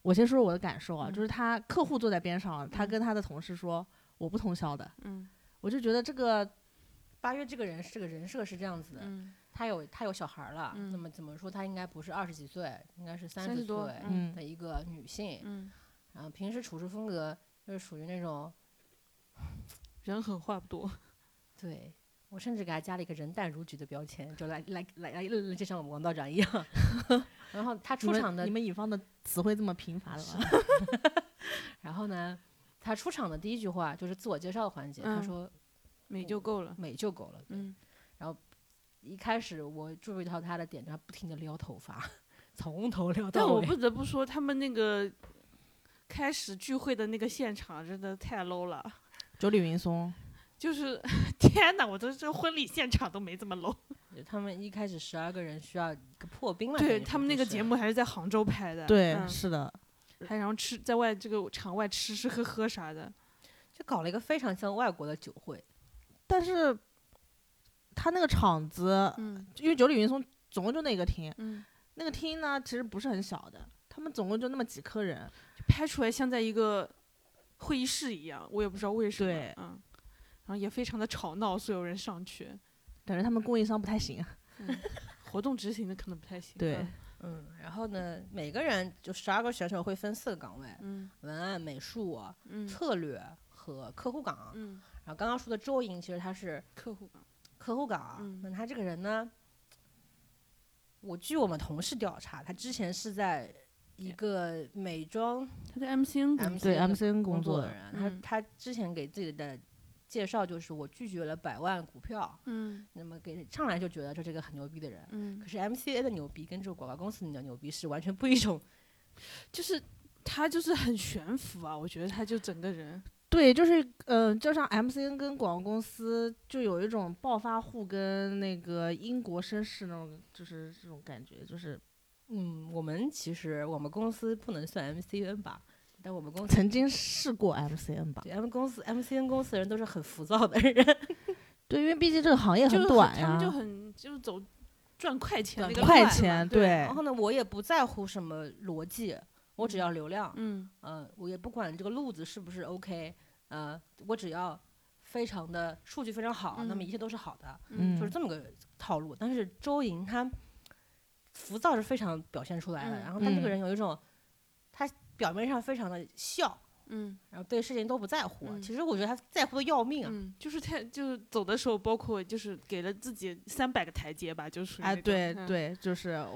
C: 我先说说我的感受啊，
B: 嗯
C: 就是他客户坐在边上，他
B: 嗯
C: 跟他的同事说我不通宵的，
B: 嗯
C: 我就觉得这个
A: 八月这个人是这个人设是这样子的，
B: 嗯，
A: 他有他有小孩儿了，那
B: 嗯
A: 么怎么说他应该不是二十几岁，应该是三
B: 三
A: 十
B: 十多，
A: 岁
C: 嗯
A: 的一个女性。
B: 嗯，
A: 然后平时处事风格就是属于那种，
B: 人狠话不多，
A: 对我甚至给他加了一个人淡如菊的标签，就来来来来，来就像我们王道长一样。 然后他出
C: 你们
A: 场的
C: 你们乙方的词汇这么贫乏了吗？
A: 然后呢，他出场的第一句话就是自我介绍环节，他
B: 嗯
A: 说
B: 美就够了。
A: 美就够了。对
B: 嗯，
A: 一开始我注意到他的点，就他不停的撩头发，从头撩
B: 但
A: 到
B: 我
A: 尾。
B: 不得不说，他们那个开始聚会的那个现场真的太 low 了，
C: 九里云松，
B: 就是 天哪，我都这婚礼现场都没这么 low。
A: 他们一开始十二个人需要一个破冰嘛？
B: 对
A: 等于
B: 他
A: 说
B: 们那
A: 就
B: 个
A: 是
B: 节目还是在杭州拍的，
C: 啊对，
B: 嗯
C: 是的，
B: 还然后吃在外这个场外吃吃喝喝啥的，
A: 就搞了一个非常像外国的酒会。
C: 但是他那个场子，
B: 嗯
C: 因为九里云松总共就那个厅，
B: 嗯，
C: 那个厅呢其实不是很小的，他们总共就那么几颗人，
B: 拍出来像在一个会议室一样，我也不知道为什么，
C: 对
B: 嗯，然后也非常的吵闹，所有人上去，
C: 感觉他们供应商不太 行。
B: 活动执行的可能不太行，
C: 对
B: 嗯
A: 嗯，然后呢，每个人就十二个选手会分四个岗位：
B: 嗯
A: 文案、美术、啊
B: 嗯
A: 策略和客户岗。
B: 嗯，
A: 然后刚刚说的周莹，其实她是
B: 客户岗，
A: 客户岗。
B: 嗯
A: 那他这个人呢，我据我们同事调查，他之前是在一个美妆
B: 他在 MCN
A: 嗯
B: 工
A: MC
B: 作，
C: 对
A: 那个
C: ，MCN
A: 工
C: 工
A: 作
C: 作
A: 的
C: 的
A: 人，
B: 嗯
A: 他他之前给自己的介绍，就是我拒绝了百万股票，
B: 嗯
A: 那么给上来就觉得这是一个很牛逼的人。
B: 嗯
A: 可，是 MCA 的牛逼跟这个广告公司的牛逼是完全不一种。
B: 就是他就是很悬浮啊，我觉得他就整个人，
C: 对，就是嗯、呃，就像 MCN 跟广告公司就有一种暴发户跟那个英国绅士那种，就是这种感觉，就是
A: 嗯，我们其实我们公司不能算 MCN 吧，但我们公司
C: 曾经试过 MCN 吧？
A: 对 M 公司 MCN 公司的人都是很浮躁的人。
C: 对，因为毕竟这个行业
B: 就
C: 很
B: 是
C: 短
B: 他
C: 呀、
B: 们就很就是走赚快钱
A: 短
B: 那个
C: 快
B: 路嘛
C: 钱
B: 对，哦
C: 对
A: 然后呢，我也不在乎什么逻辑，我只要流量，
B: 嗯
A: 嗯、我也不管这个路子是不是 OK，呃，我只要非常的数据非常好，那么
B: 嗯
A: 一切都是好的，
C: 嗯
A: 就是这么个套路。但是周莹她浮躁是非常表现出来的，
B: 嗯
A: 然后她这个
C: 嗯
A: 人有一种，她表面上非常的笑，
B: 嗯
A: 然后对事情都不在乎，
B: 嗯
A: 其实我觉得她在乎的要命啊。
B: 嗯，就是他就是走的时候，包括就是给了自己三百个台阶吧，就属于
C: 哎，
B: 那种
C: 对
B: 嗯
C: 对，就是啊，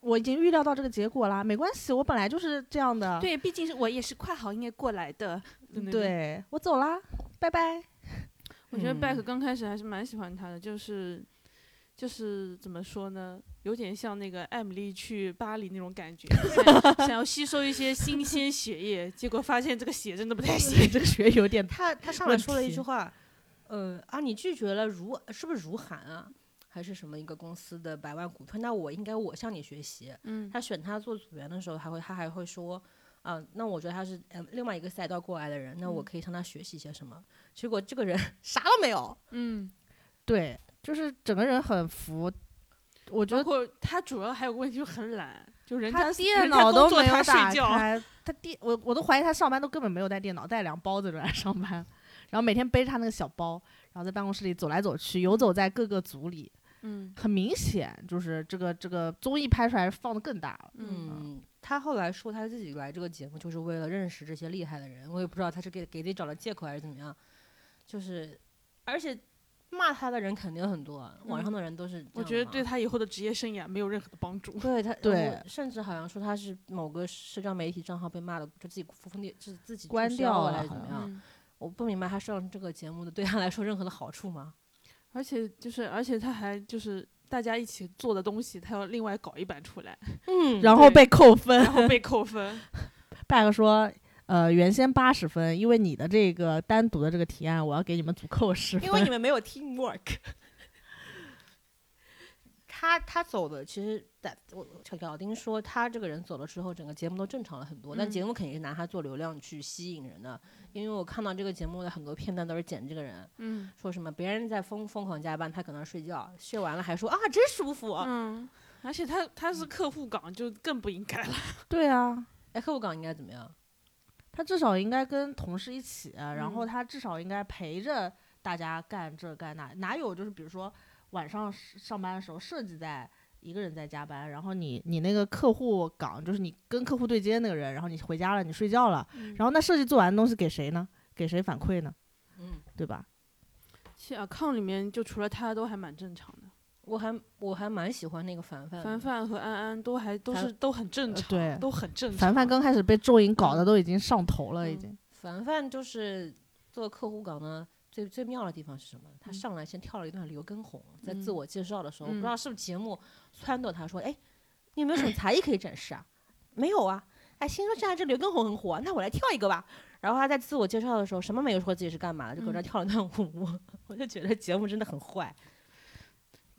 C: 我已经预料到这个结果啦，没关系，我本来就是这样的。
B: 对，毕竟是我也是跨行业过来的。就那种，
C: 对我走啦，拜拜。
B: 我觉得
A: 嗯
B: Back 刚开始还是蛮喜欢他的，就是就是怎么说呢，有点像那个艾米丽去巴黎那种感 觉，想要吸收一些新鲜血液，结果发现这个血真的不太行。
C: 这个学有点
A: 她她上来
C: 问
A: 说了一
C: 题
A: 句话，呃啊，你拒绝了如是不是如涵啊，还是什么一个公司的百万股票？那我应该我向你学习。
B: 嗯
A: 他选他做组员的时候，还会他还会说，啊、那我觉得他是呃另外一个赛道过来的人，那我
B: 嗯
A: 可以向他学习些什么？结果这个人 啥都没有，
B: 嗯，
C: 对，就是整个人很浮。我觉
B: 包
C: 得
B: 括他主要还有个问题就是很懒，就人家
C: 他电
B: 人家工
C: 脑都
B: 作
C: 没有
B: 他
C: 打
B: 睡觉。
C: 开，他电我我都怀疑他上班都根本没有带电脑，带两包子就来 上班，然后每天背着他那个小包，然后在办公室里走来走去，游走在各个组里，
B: 嗯
C: 很明显就是这个这个综艺拍出来放的更大了。
B: 嗯，
A: 嗯，他后来说他自己来这个节目就是为了认识这些厉害的人，我也不知道他是给给自己找了借口还是怎么样，就是而且骂他的人肯定很多，网上的人都是这样的嘛，
B: 我觉得对他以后的职业生涯没有任何的帮 助。
A: 对他，
C: 对
A: 我甚至好像说他是某个社交媒体账号被骂的，就自己封掉，自自己
C: 关
A: 注销
C: 掉
A: 了
C: 了
A: 还是怎
C: 好
A: 么
C: 像
B: 嗯
A: 样？我不明白他上这个节目的对他来说任何的好处吗？
B: 而且就是，而且他还就是大家一起做的东西，他要另外搞一版 出来，
A: 嗯
C: 然后被扣分
B: 然后哦被扣分。
C: ，bug 说。呃，原先八十分，因为你的这个单独的这个提案，我要给你们足扣十 分。
A: 因 为你们没有 teamwork。他他走的，其实在我小小丁说，他这个人走了之后，整个节目都正常了很多。但
B: 嗯
A: 节目肯定是拿他做流量去吸引人的，因为我看到这个节目的很多片段都是剪这个人，
B: 嗯
A: 说什么别人在疯疯狂加班，他搁那儿睡觉，睡完了还说啊真舒服。
B: 嗯，而且他他
A: 嗯
B: 是客户岗，就更不应该了。
C: 对啊，
A: 哎，客户岗应该怎么样？
C: 他至少应该跟同事一起，啊然后
B: 嗯
C: 他至少应该陪着大家干这干那，哪有就是比如说晚上是上班的时候设计在一个人在加班，然后你你那个客户岗就是你跟客户对接那个人，然后你回家了，你睡觉了，
B: 嗯
C: 然后那设计做完的东西给谁呢？给谁反馈呢？
A: 嗯，
C: 对吧？
B: 其实 account 里面就除了他都还蛮正常的，
A: 我还我还蛮喜欢那个凡凡的，
B: 凡凡和安安都还都
A: 嗯凡
B: 是都很正
C: 呃
B: 常，
C: 对
B: 都很正常。
C: 凡凡刚开始被周莹搞得
B: 嗯
C: 都已经上头了，已
B: 嗯
C: 经。
A: 凡凡就是做客户岗呢，最最妙的地方是什么？他
B: 嗯
A: 上来先跳了一段刘畊宏，在自
B: 嗯
A: 我介绍的时候，我不知
B: 嗯
A: 道是不是节目撺掇他说：“哎，你有没有什么才艺可以展示啊？”没有啊。哎，心说现在这刘畊宏很火，那我来跳一个吧。然后他在自我介绍的时候，什么没有说自己是干嘛的，就搁这
B: 嗯
A: 跳了段舞， 我就觉得节目真的很坏。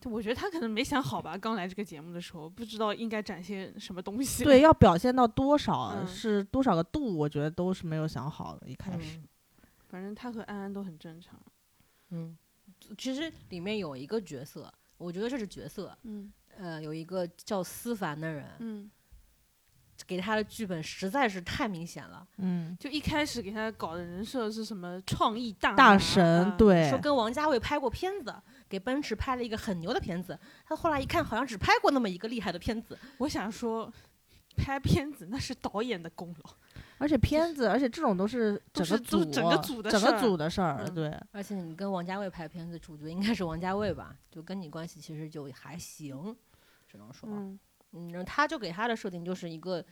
B: 对我觉得他可能没想好吧，刚来这个节目的时候，不知道应该展现什么东西。
C: 对，，要表现到多少、啊
B: 嗯
C: 是多少个度，我觉得都是没有想好的。一开始，
A: 嗯
B: 反正他和安安都很正常。
A: 嗯，其实里面有一个角色，我觉得这是角色，
B: 嗯
A: 呃，有一个叫思凡的人，
B: 嗯，
A: 给他的剧本实在是太明显了。
C: 嗯，
B: 就一开始给他搞的人设是什么创意大
C: 大
B: 拿
C: 神
B: 啊
C: 对
A: 说，跟王家卫拍过片子，给奔驰拍了一个很牛的片子。他后来一看，好像只拍过那么一个厉害的片子。
B: 我想说，拍片子那是导演的功劳。
C: 而且片子，而且这种都是
B: 都
C: 整个
B: 是都
C: 组
B: 是整个组的
C: 整
B: 事
C: 个
B: 儿
C: 组的事儿，
B: 嗯
C: 对，
A: 而且你跟王家卫拍片子，主角应该是王家卫吧？就跟你关系其实
B: 嗯
A: 嗯就还行，只能说，嗯，然后他就给他的设定就是一个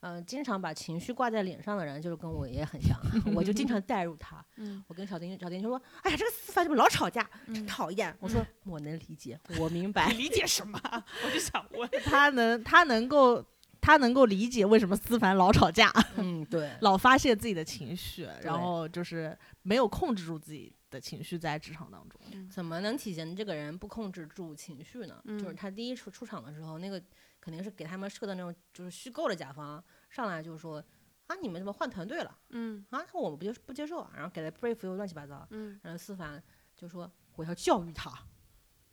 A: 嗯、经常把情绪挂在脸上的人，就是跟我也很 像，我就经常代入他。
B: 嗯
A: 我跟小丁，小丁就说：“哎呀，这个死法怎么老吵架，真
B: 嗯
A: 讨厌。”我说：“我能理解，我明 白。”
B: 理解什么？啊我就想问，
C: 他能他能够他能够理解为什么思凡老吵架，
A: 嗯，对，
C: 老发泄自己的情绪，
A: 对
C: 然后就是没有控制住自己的情绪在职场当中。
A: 怎么能体现这个人不控制住情绪呢？就是
B: 嗯
A: 他第一出出场的时候，那个肯定是给他们设的那种就是虚构的甲方，上来就说啊，你们怎么换团队了
B: 嗯
A: 啊？我们不就是不接受啊？然后给了 brief 又乱七八糟，
B: 嗯
A: 然后思凡就说我要教育他，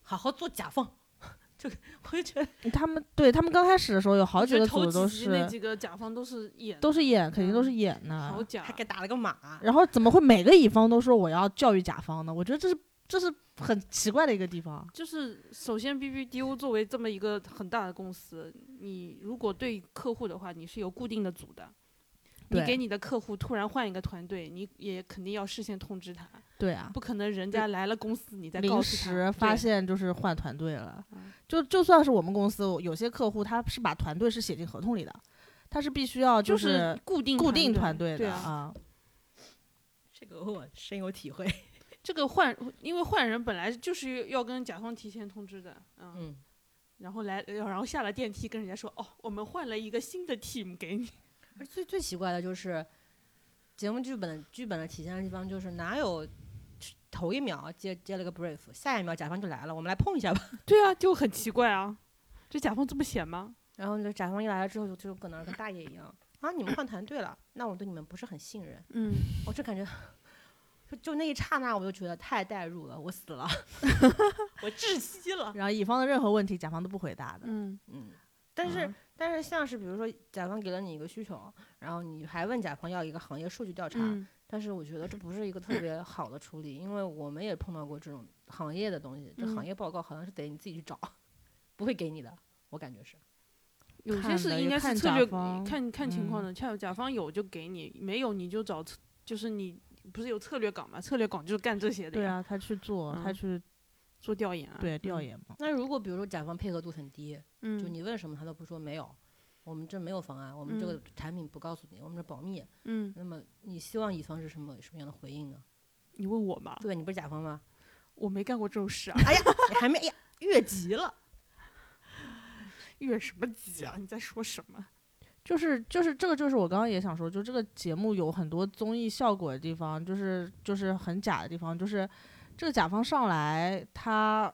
A: 好好做甲方。就我就觉得
C: 他们对他们刚开始的时候有
B: 嗯
C: 好
B: 我
C: 几
B: 觉
C: 个
B: 得
C: 组
B: 头
C: 都
B: 几集那
C: 是
B: 几个甲方都是演，
C: 都是演，肯定都是
B: 嗯
C: 演的。
B: 好假
A: 还，给打了个码，
C: 然后怎么会每个乙方都说我要教育甲方呢？我觉得这是这是很奇怪的一个地方。
B: 就是首先 BBDO 作为这么一个很大的公司，你如果对客户的话，你是有固定的组的。你
C: 对
B: 给你的客户突然换一个团队，你也肯定要事先通知他，
C: 对啊，
B: 不可能人家来了公司你再告
C: 临
B: 诉他。
C: 时发
B: 对
C: 现就是换团队了
B: 嗯，
C: 就就算是我们公司有些客户他是把团队是写进合同里的，他是必须要
B: 就是固定
C: 固定
B: 团
C: 团队
B: 对
C: 的
B: 啊，
C: 啊。
A: 这个我深有体会。
B: 这个换，因为换人本来就是要跟甲方提前通知的，嗯，
A: 嗯，
B: 然后来，然后下了电梯跟人家说，哦，我们换了一个新的 team 给你，
A: 而最最奇怪的就是，节目剧本剧本的体现的地方就是哪有头一秒接接了个 brief，下一秒甲方就来了，我们来碰一下吧。
B: 对啊，就很奇怪啊，这甲方这么闲吗？
A: 然后就甲方一来了之后就就搁那儿跟大爷一样啊，你们换团队了，那我对你们不是很信任，
B: 嗯，
A: 我就感觉。就就那一刹那，我就觉得太代入了，我死了， 我窒息了。
C: 然后乙方的任何问题甲方都不回答的，
B: 嗯，
A: 嗯，但是、
C: 嗯
A: 但是像是比如说，甲方给了你一个需求，然后你还问甲方要一个行业数据调查，
B: 嗯，
A: 但是我觉得这不是一个特别好的处理，因为我们也碰到过这种行业的东西，这
B: 嗯
A: 行业报告好像是得你自己去找，不会给你的，我感觉是。
B: 有些
C: 看
B: 是
C: 的
B: 应
C: 也
B: 该
C: 看
B: 是策
C: 甲
B: 略，
C: 方
B: 看看情况
C: 嗯
B: 的，像甲方有就给你，没有你就找策，就是你不是有策略岗嘛，策略岗就是干这些的
C: 对
B: 呀，
C: 啊，他去做，
B: 嗯
C: 他去
B: 做调研啊，
C: 对调
B: 嗯，
C: 研嘛。
A: 那如果比如说甲方配合度很低，
B: 嗯，
A: 就你问什么他都不说没有，我们这没有方案，我们这个产品不告诉你，我们这保密。
B: 嗯，
A: 那么你希望乙方是什么什么样的回应呢？
B: 你问我嘛，
A: 对，你不是甲方吗？
B: 我没干过这种事啊，
A: 你还没哎呀，越级了。
B: 越什么急啊？你在说什么？
C: 就是就是这个就是我刚刚也想说，就这个节目有很多综艺效果的地方，就是就是很假的地方，就是这个甲方上来他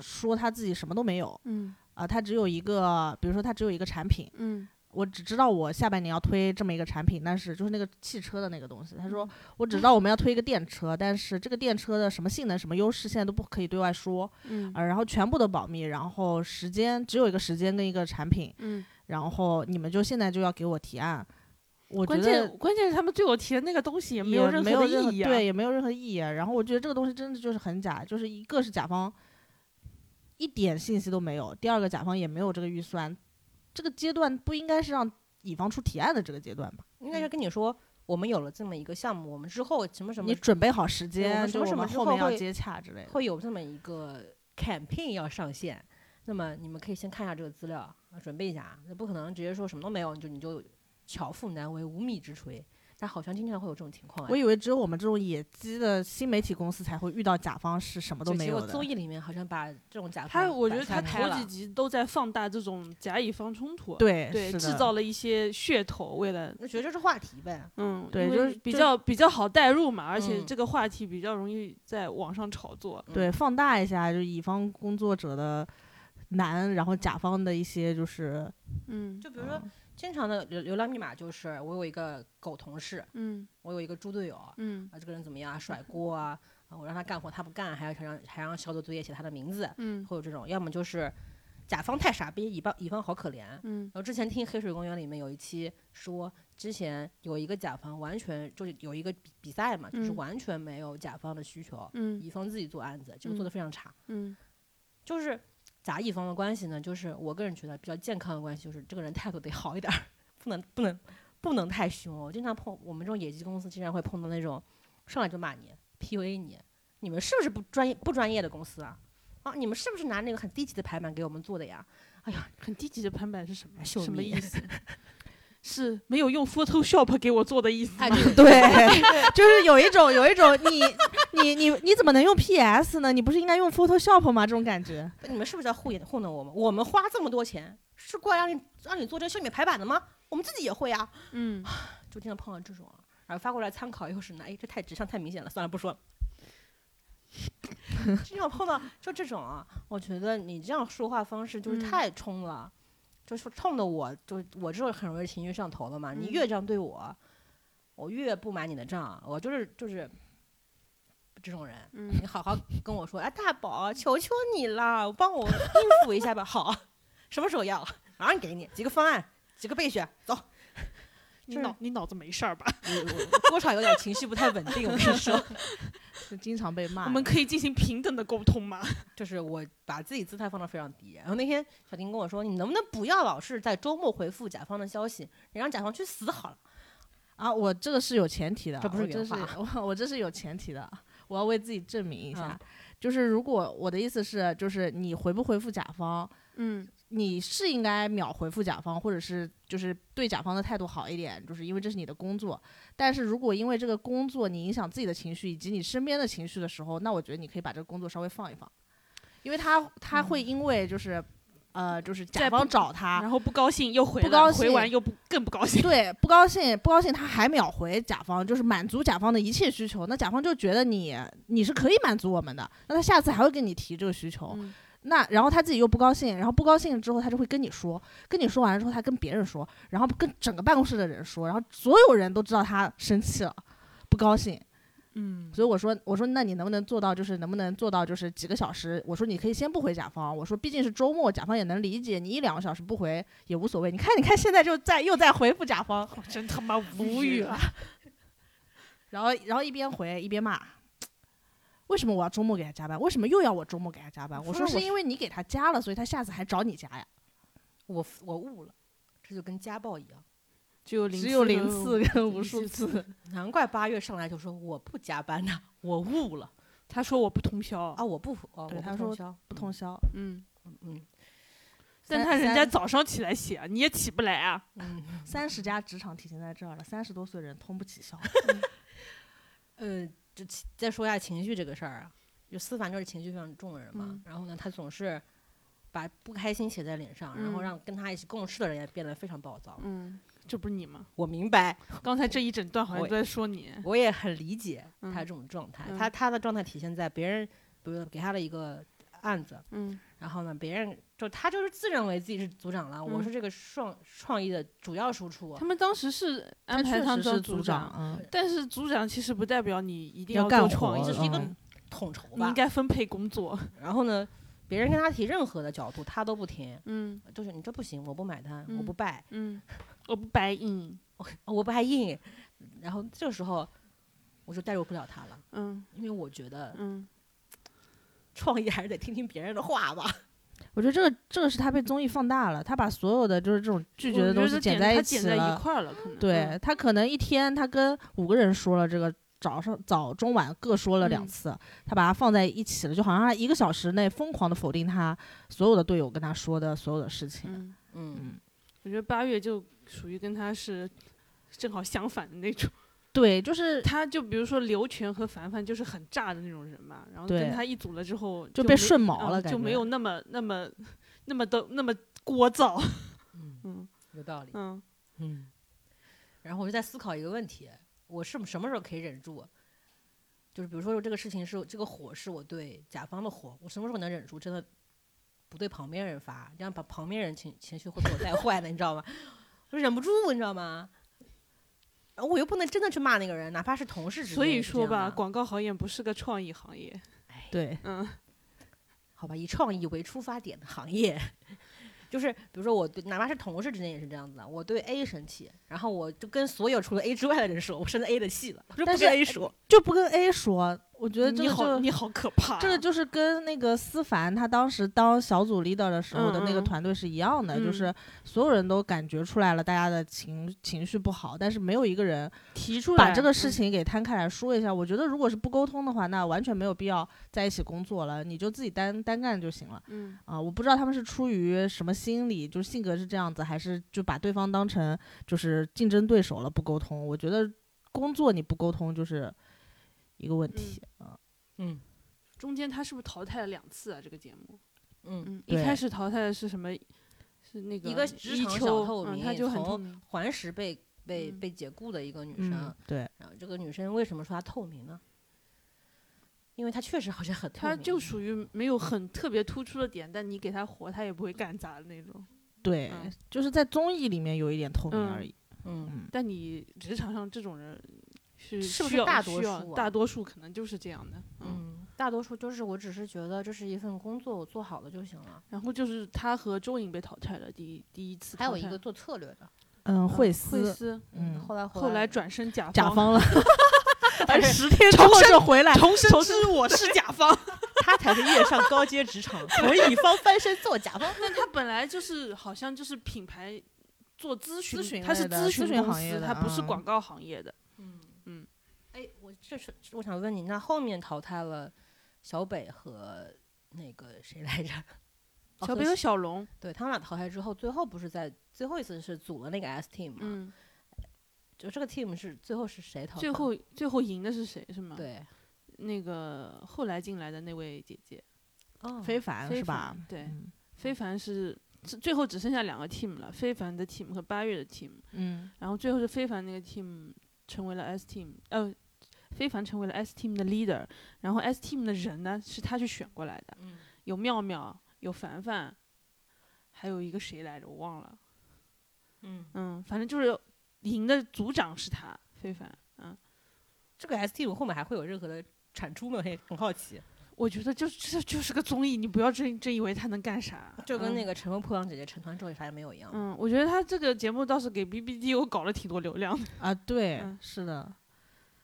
C: 说他自己什么都没有
B: 嗯
C: 啊、他只有一个，比如说他只有一个产品，
B: 嗯
C: 我只知道我下半年要推这么一个产品，但是就是那个汽车的那个东西，他说我只知道我们要推一个电车，但是这个电车的什么性能、什么优势现在都不可以对外说，
B: 嗯
C: 呃，然后全部都保密，然后时间只有一个时间跟一个产品，
B: 嗯，
C: 然后你们就现在就要给我提案。我觉
B: 关
C: 得
B: 键关键是他们对我提的那个东西也
C: 也
B: 没有任
C: 没
B: 何
C: 有
B: 的
C: 任何
B: 意义啊。
C: 对，也没有任何意义啊。然后我觉得这个东西真的就是很假，就是一个是甲方一点信息都没有，第二个甲方也没有这个预算。这个阶段不应该是让乙方出提案的这个阶段吧？
A: 应该是跟你说，我们有了这么一个项目，我们之后什么什么
C: 你准备好时
A: 我
C: 间，
A: 们什
C: 就
A: 么
C: 我
A: 什么
C: 们
A: 之
C: 后
A: 后
C: 面要
A: 会
C: 接洽之类的。
A: 会有这么一个 campaign 要上线，那么你们可以先看一下这个资料，啊准备一下。那不可能直接说什么都没有，你就你就巧妇难为无米之炊。但好像经常会有这种情况、哎，
C: 我以为只有我们这种野鸡的新媒体公司才会遇到甲方是什么都
A: 就
C: 没
A: 结
C: 有
A: 果
C: 的。
A: 综艺里面好像把这种甲
B: 他
A: 方
B: 我觉
A: 摆
B: 得他
A: 开
B: 头
A: 了
B: 几集都在放大这种甲乙方冲突，啊
C: 对
B: 对，
C: 是
B: 制
C: 的
B: 造了一些噱头，为了
A: 那觉得这是话题呗。
B: 嗯，
C: 对
B: 因
C: 就
B: 为
C: 是
B: 比
C: 就
B: 较比较好带入嘛，而且
A: 嗯
B: 这个话题比较容易在网上炒作。
C: 对，放大一下，就乙方工作者的难，然后甲方的一些就是，
B: 嗯
A: 就比如说，经常的流流量密码就是我有一个狗同事，
B: 嗯
A: 我有一个猪队友，
B: 嗯
A: 啊，这个人怎么样啊，甩锅啊，啊我让他干活他不干，还要还让还让小组作业写他的名字，
B: 嗯
A: 会有这种，要么就是甲方太傻逼，乙方乙方好可怜。
B: 嗯
A: 然后之前听《黑水公园》里面有一期说，之前有一个甲方完全就是有一个比比赛嘛，就是
B: 嗯
A: 完全没有甲方的需求，
B: 嗯
A: 乙方自己做案子，结果做的非常差。
B: 嗯
A: 就是甲乙方的关系呢，就是我个人觉得比较健康的关系，就是这个人态度得好一点儿，不能不能不能太凶哦。我经常碰我们这种野鸡公司，经常会碰到那种上来就骂你、PUA 你，你们是不是不专业不专业的公司啊？啊，你们是不是拿那个很低级的排版给我们做的呀？
B: 很低级的攀板是什么
A: 秀
B: 什么
A: 米
B: 意思？ 是没有用 Photoshop 给我做的意思
A: 哎，
B: 吗？
A: 对
C: 对，就是有一种有一种你你你你怎么能用 PS 呢？你不是应该用 Photoshop 吗？这种感觉，
A: 你们是不是在糊弄糊弄我们？我们花这么多钱是过来让你让你做这个秀美排版的吗？我们自己也会啊，
B: 嗯，
A: 就经常碰到这种啊，然后发过来参考又是呢，哎，这太指向太明显了，算了不说了。 经常碰到就这种啊，我觉得你这样说话方式就是
B: 嗯
A: 太冲了，就是冲的我就我这很容易情绪上头了嘛。你
B: 嗯
A: 越这样对我，我越不买你的账，啊我就是就是这种人。
B: 嗯
A: 你好好跟我说，哎，大宝，求求你了，帮我应付一下吧。好，什么时候要？马上给你几个方案，几个备选，走。
B: 你
A: 就是
B: 脑你脑子没事儿吧？
A: 我我多少有点情绪不太稳定，我跟 你说，
C: 就经常被骂。
B: 我们可以进行平等的沟通吗？
A: 就是我把自己姿态放到非常低。然后那天小婷跟我说，你能不能不要老是在周末回复甲方的消息，你让甲方去死好了。
C: 啊，我这个是有前提的，
A: 这不是
C: 我这
A: 原
C: 是
A: 话
C: 我我这是有前提的，我要为自己证明一下。
A: 啊
C: 就是如果我的意思是，就是你回不回复甲方，
B: 嗯
C: 你是应该秒回复甲方，或者是就是对甲方的态度好一点，就是因为这是你的工作。但是如果因为这个工作你影响自己的情绪以及你身边的情绪的时候，那我觉得你可以把这个工作稍微放一放，因为他他会因为就是、呃就是甲
B: 在
C: 方
B: 不嗯
C: 找他，
B: 然后啊不高兴又回
C: 不
B: 了
C: 高
B: 回完
C: 兴
B: 又不更不高兴。
C: 对，不高兴，不高兴，他还秒回甲方，就是满足甲方的一切需求。那甲方就觉得你你是可以满足我们的，那他下次还会跟你提这个需求。
B: 嗯
C: 那然后他自己又不高兴，然后不高兴之后他就会跟你说，跟你说完了之后他跟别人说，然后跟整个办公室的人说，然后所有人都知道他生气了，不高兴。
B: 嗯
C: 所以我说，我说那你能不能做到，就是能不能做到，就是几个小时？我说你可以先不回甲方，我说毕竟是周末，甲方也能理解，你一两个小时不回也无所谓。你看，你看现在就在又在回复甲方，
B: 我真他妈无语了。
C: 然后然后一边回一边骂，为什么我要周末给他加班？为什么又要我周末给他加班？我说
A: 我
C: 是因为你给他加了，所以他下次还找你加呀。
A: 我我悟了，这就跟家暴一样，
B: 只有
C: 只有零次跟无
B: 无
C: 数
B: 数
C: 次，
A: 难怪八月上来就说我不加班呐、我悟了
B: 他说我不通宵
A: 啊，，我不哦，
C: 对
A: 我不
C: 他
A: 通
C: 说
A: 宵
C: 不通宵。
B: 嗯，
A: 嗯
B: 但
C: 三
B: 他人家
C: 三
B: 早上起来写，你也起不来啊。
A: 嗯。
C: 三十加职场体现在这儿了，三十多岁人通不起宵。
A: 呃，这其再说一下情绪这个事儿啊，就思凡就是情绪非常重的人嘛，
B: 嗯
A: 然后呢，他总是把不开心写在脸上，然后
B: 嗯
A: 让跟他一起共事的人也变得非常暴躁。
B: 嗯，这不是你 吗？
A: 我明白，
B: 刚才这一整段好像
A: 我
B: 都在说你。
A: 我也很理解
B: 嗯
A: 他这种状态，他他的状态体现在别人，比如给他了一个案子，
B: 嗯
A: 然后呢，别人就他就是自认为自己是组长了，我
B: 嗯
A: 是这个创创意的主要输出
B: 他。们当时是安
C: 确
B: 排他
C: 实
B: 们
C: 是
B: 当
C: 组
B: 长，
C: 嗯，
B: 但是组长其实不代表你一定
C: 要干
B: 做
C: 活
B: 创意，
A: 这是一个
C: 嗯
A: 统筹
B: 你应
A: 吧，
B: 该分配工作。
A: 然后呢，别人跟他提任何的角度，他都不听，
B: 嗯
A: 就是你这不行，我不买单，我
B: 嗯
A: 不拜，
B: 嗯，我不白应。
A: 我不爱硬，然后这时候我就代入不了他了，
B: 嗯
A: 因为我觉得
B: 嗯，
A: 创意还是得听听别人的话吧。
C: 我觉得这个这个是他被综艺放大了，他把所有的就是这种拒绝的
B: 我觉
C: 东
B: 得
C: 西
B: 点
C: 在
B: 他
C: 一
B: 剪
C: 起
B: 在一
C: 了。
B: 块儿了，可能。嗯
C: 对他可能一天他跟五个人说了这个早上早中晚各说了两
B: 嗯
C: 次，他把它放在一起了，就好像他一个小时内疯狂的否定他所有的队友跟他说的所有的事情。
B: 嗯，嗯
A: 嗯，
B: 我觉得八月就属于跟他是正好相反的那种。
C: 对，就是
B: 他就比如说刘全和凡凡就是很炸的那种人嘛，然后
C: 对
B: 跟他一组了之后
C: 就
B: 就
C: 被
B: 没
C: 顺
B: 嗯
C: 毛了，感
B: 就
C: 觉
B: 没有那么那么那么的那么聒噪。 嗯
A: 有道理。
B: 嗯
A: 嗯，然后我就在思考一个问题：我是什么时候可以忍住？就是比如说，这个事情是这个火是我对甲方的火，我什么时候能忍住？真的不对旁边人发，这样把旁边人情情绪会被我带坏的，你知道吗？我忍不住，你知道吗？然后我又不能真的去骂那个人，哪怕是同事之间
B: 所以
A: 也是这
B: 说
A: 样
B: 吧，
A: 的
B: 广告行业不是个创意行业。
C: 对，
B: 嗯
A: 好吧，以创意为出发点的行业， 就是比如说我对，哪怕是同事之间也是这样子的。我对 A 生气，然后我就跟所有除了 A 之外的人说，我生了 A 的气了，我就
C: 但
A: 不
C: 是
A: 跟 A 说。
C: 就不跟 A 说，我觉得这
B: 你
C: 个
B: 好，
C: 就
B: 你好可怕啊、
C: 这个就是跟那个思凡他当时当小组 leader 的时候的那
B: 嗯
C: 个
B: 嗯
C: 团队是一样的，
B: 嗯
C: 就是所有人都感觉出来了大家的情情绪不好，但是没有一个人
B: 提出来
C: 把这个
B: 嗯
C: 事情给摊开来说一下。我觉得如果是不沟通的话，那完全没有必要在一起工作了，你就自己单单干就行了
B: 嗯
C: 啊、我不知道他们是出于什么心理，就是性格是这样子，还是就把对方当成就是竞争对手了不沟通。我觉得工作你不沟通就是一个问题啊。
A: 嗯
B: 中间他是不是淘汰了两次啊？这个节目，
A: 嗯，
B: 嗯，一
C: 对
B: 开始淘汰的是什么？是那个
A: 一个职
B: 一
A: 场
B: 秋
A: 小透
B: 嗯
A: 明
B: 他就很
A: 从
B: 透明
A: 环石被被
B: 嗯
A: 被解雇的一个女生，
C: 嗯，对，
A: 然后这个女生为什么说她透明呢？因为她确实好像很透
B: 他
A: 明，
B: 就属于没有很特别突出的点，但你给他活，他也不会干砸的那种。
C: 对，
B: 嗯
C: 就是在综艺里面有一点透明
B: 嗯
C: 而已。
A: 嗯，
B: 但你职场上这种人是
A: 是不
B: 需
A: 是
B: 要
A: 大
B: 需
A: 多
B: 要
A: 数啊
B: 大多数可能就是这样的。嗯，
A: 嗯，大多数就是我只是觉得这是一份工作，我做好了就行了。
B: 然后就是他和周颖被淘汰了，第一第一次淘
A: 还
B: 汰。
A: 有一个做策略的，
C: 嗯，惠
B: 斯，惠
C: 思，
B: 斯
C: 嗯，
A: 后来
B: 后来转身甲
C: 甲
B: 方 哎
C: 方了，
A: 而且
C: 十 天之后就回来，
B: 重生之我是甲方。
A: 他才是跃上高阶职场，从乙方翻身做甲方。
B: 但他本来就是好像就是品牌做咨询，
C: 咨询
B: 他是
C: 类的
B: 咨询
C: 咨询
B: 公
C: 行业
B: 司，
C: 的
B: 他不是
C: 嗯
B: 广告行业的。
A: 嗯
B: 嗯，
A: 哎，我这是我想问你，那后面淘汰了小北和那个谁来着？哦
B: 小北和小龙，
A: 对他们俩淘汰之后，最后不是在最后一次是组了那个 S team 嘛？
B: 嗯，
A: 就这个 team 是最后是谁淘汰？
B: 最后最后赢的是谁是吗？，
A: 对，
B: 那个后来进来的那位姐姐，
A: 哦
C: 非凡
B: 非
C: 是吧
B: 凡？对
C: 嗯
B: 非凡是是最后只剩下两个 team 了，非凡的 team 和八月的 team，
C: 嗯，
B: 然后最后是非凡那个 team 成为了 S team，呃，非凡成为了 S team 的 leader，然后 S team 的人呢是他去选过来的，
A: 嗯
B: 有妙妙，有凡凡，还有一个谁来着我忘了，
A: 嗯，
B: 嗯，反正就是赢的组长是他，非凡，嗯，
A: 这个 S team 后面还会有任何的产出吗？ 嘿，很好奇，
B: 我觉得就这就是个综艺，你不要真真以为他能干啥，
A: 就跟那
B: 个。
A: 个《乘风破浪》姐姐成团之后啥也没有一样。
B: 嗯，我觉得他这个节目倒是给 B B D O 搞了挺多流量的。
C: 啊，对
B: 嗯，
C: 是的，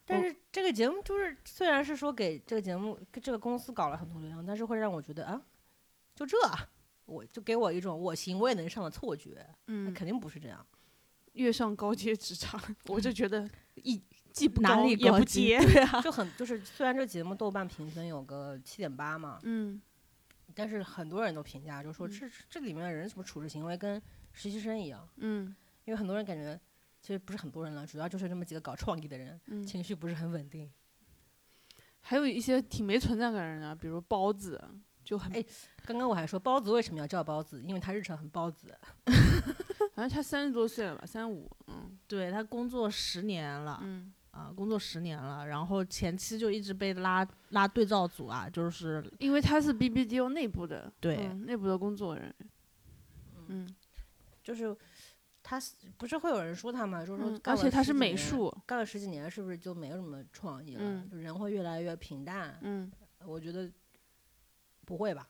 A: 但
C: 我
A: 是这个节目就是，虽然是说给这个节目、给这个公司搞了很多流量，但是会让我觉得啊，就这啊，我就给我一种我行我也能上的错觉，那
B: 嗯，
A: 肯定不是这样。
B: 跃上高阶职场，我就觉得一既不
C: 哪
B: 高
C: 里
B: 也
C: 高
B: 不
C: 阶
B: 接。
A: 就很就是，虽然这节目豆瓣评分有个七点八嘛，
B: 嗯，
A: 但是很多人都评价就说
B: 嗯
A: 这这里面的人什么处事行为跟实习生一样，
B: 嗯
A: 因为很多人感觉其实不是很多人了，主要就是那么几个搞创意的人，
B: 嗯，
A: 情绪不是很稳定。
B: 还有一些挺没存在感的人啊，比如包子，就很，
A: 哎刚刚我还说包子为什么要叫包子，因为他日常很包子。
B: 反正他三十多岁了吧，三五，嗯
C: 对他工作十年了
B: 嗯，
C: 啊，工作十年了，然后前期就一直被拉拉对照组啊，就是
B: 因为他是 B B D O 内部的，
C: 对
B: 嗯内部的工作人员，嗯，
A: 就是他是不是会有人说他嘛，就是说
B: 嗯
A: 干
B: 而
A: 了
B: 且他
A: 十
B: 是
A: 几
B: 美
A: 年，
B: 术，
A: 干了十几年是不是就没有什么创意了？
B: 嗯
A: 就人会越来越平淡。
B: 嗯，
A: 我觉得不会吧？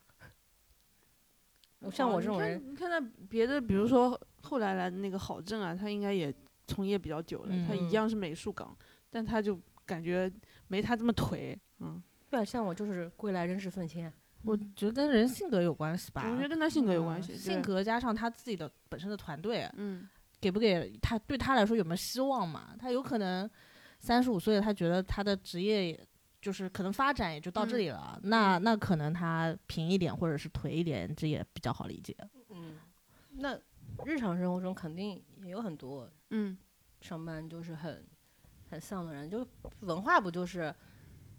A: 像
B: 哦
A: 我这种人，
B: 你看他别的，比如说后来来的那个郝正啊，他应该也从业比较久了，他一
A: 嗯
B: 样是美术岗，但他就感觉没他这么颓，嗯，
A: 对，啊像我就是归来仍是愤青。啊
C: 我觉得跟人性格有关系吧，
B: 我觉得跟他性格有
C: 嗯
B: 关系，对，
C: 性格加上他自己的本身的团队，啊
B: 嗯
C: 给不给他对他来说有没有希望嘛？他有可能三十五岁，他觉得他的职业也就是可能发展也就到这
B: 嗯
C: 里了，那那可能他平一点或者是颓一点，这也比较好理解。
A: 嗯，那日常生活中肯定也有很多
B: 嗯
A: 上班就是很很丧的人，就文化不就是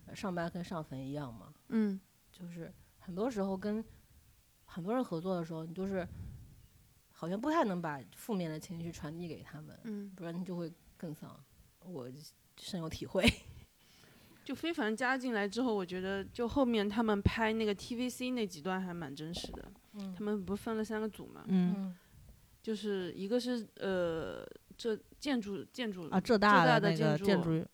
A: 呃上班跟上坟一样吗？
B: 嗯
A: 就是很多时候跟很多人合作的时候，你就是好像不太能把负面的情绪传递给他们，
B: 嗯。
A: 不然你就会更丧。我深有体会。
B: 就非凡加进来之后，我觉得就后面他们拍那个 TVC 那几段还蛮真实的。
A: 嗯
B: 他们不分了三个组嘛，
C: 嗯
A: 嗯
B: 就是一个是呃这建筑建筑
C: 啊，浙
B: 大
C: 大
B: 的
C: 那
B: 建
C: 个
B: 筑
C: 建筑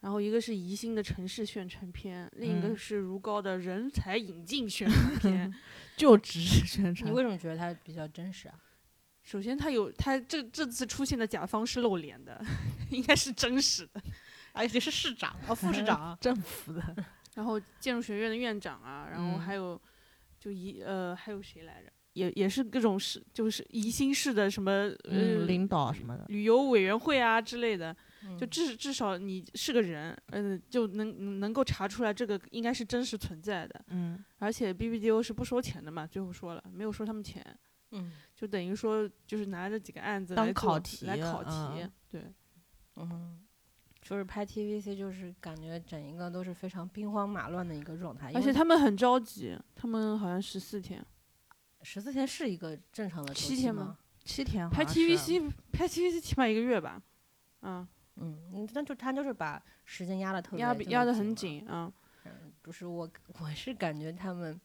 B: 然后一个是宜兴的城市宣传片，另一个
C: 嗯
B: 是如皋的人才引进宣 传片。
C: 就职宣
A: 你
C: 传，
A: 为什么觉得他比较真实 啊？
B: 首先，他有他这这次出现的甲方是露脸 的，应该是真实的。哦
A: 而且是市长啊，副市长
C: 政府的
B: 然后建筑学院的院长啊，然后
C: 嗯
B: 还有就一呃还有谁来着？也也是各种事，就是宜兴市的什么呃、
C: 嗯，领导什么的，
B: 旅游委员会啊之类的，
A: 嗯
B: 就至至少你是个人，嗯、就能能够查出来这个应该是真实存在的。
C: 嗯
B: 而且 BBDO 是不收钱的嘛，最后说了没有收他们钱，
A: 嗯
B: 就等于说就是拿着几个案子
C: 当
B: 来做
C: 考题
B: 来考题，
C: 嗯
B: 对，
A: 嗯，就是拍 TVC，就是感觉整一个都是非常兵荒马乱的一个状态。
B: 而且他们很着急，他们好像十四天
A: 十四天是一个正常的周
B: 七
A: 期
B: 天
A: 吗
B: 吗？
C: 七天
B: 拍
C: 好像是啊
B: TVC 拍 TVC 起码一个月吧，嗯，
A: 嗯，嗯那就他就是把时间压的特别
B: 压
A: 特别
B: 压得很
A: 了
B: 紧啊，
A: 嗯，就是我 我是感觉他们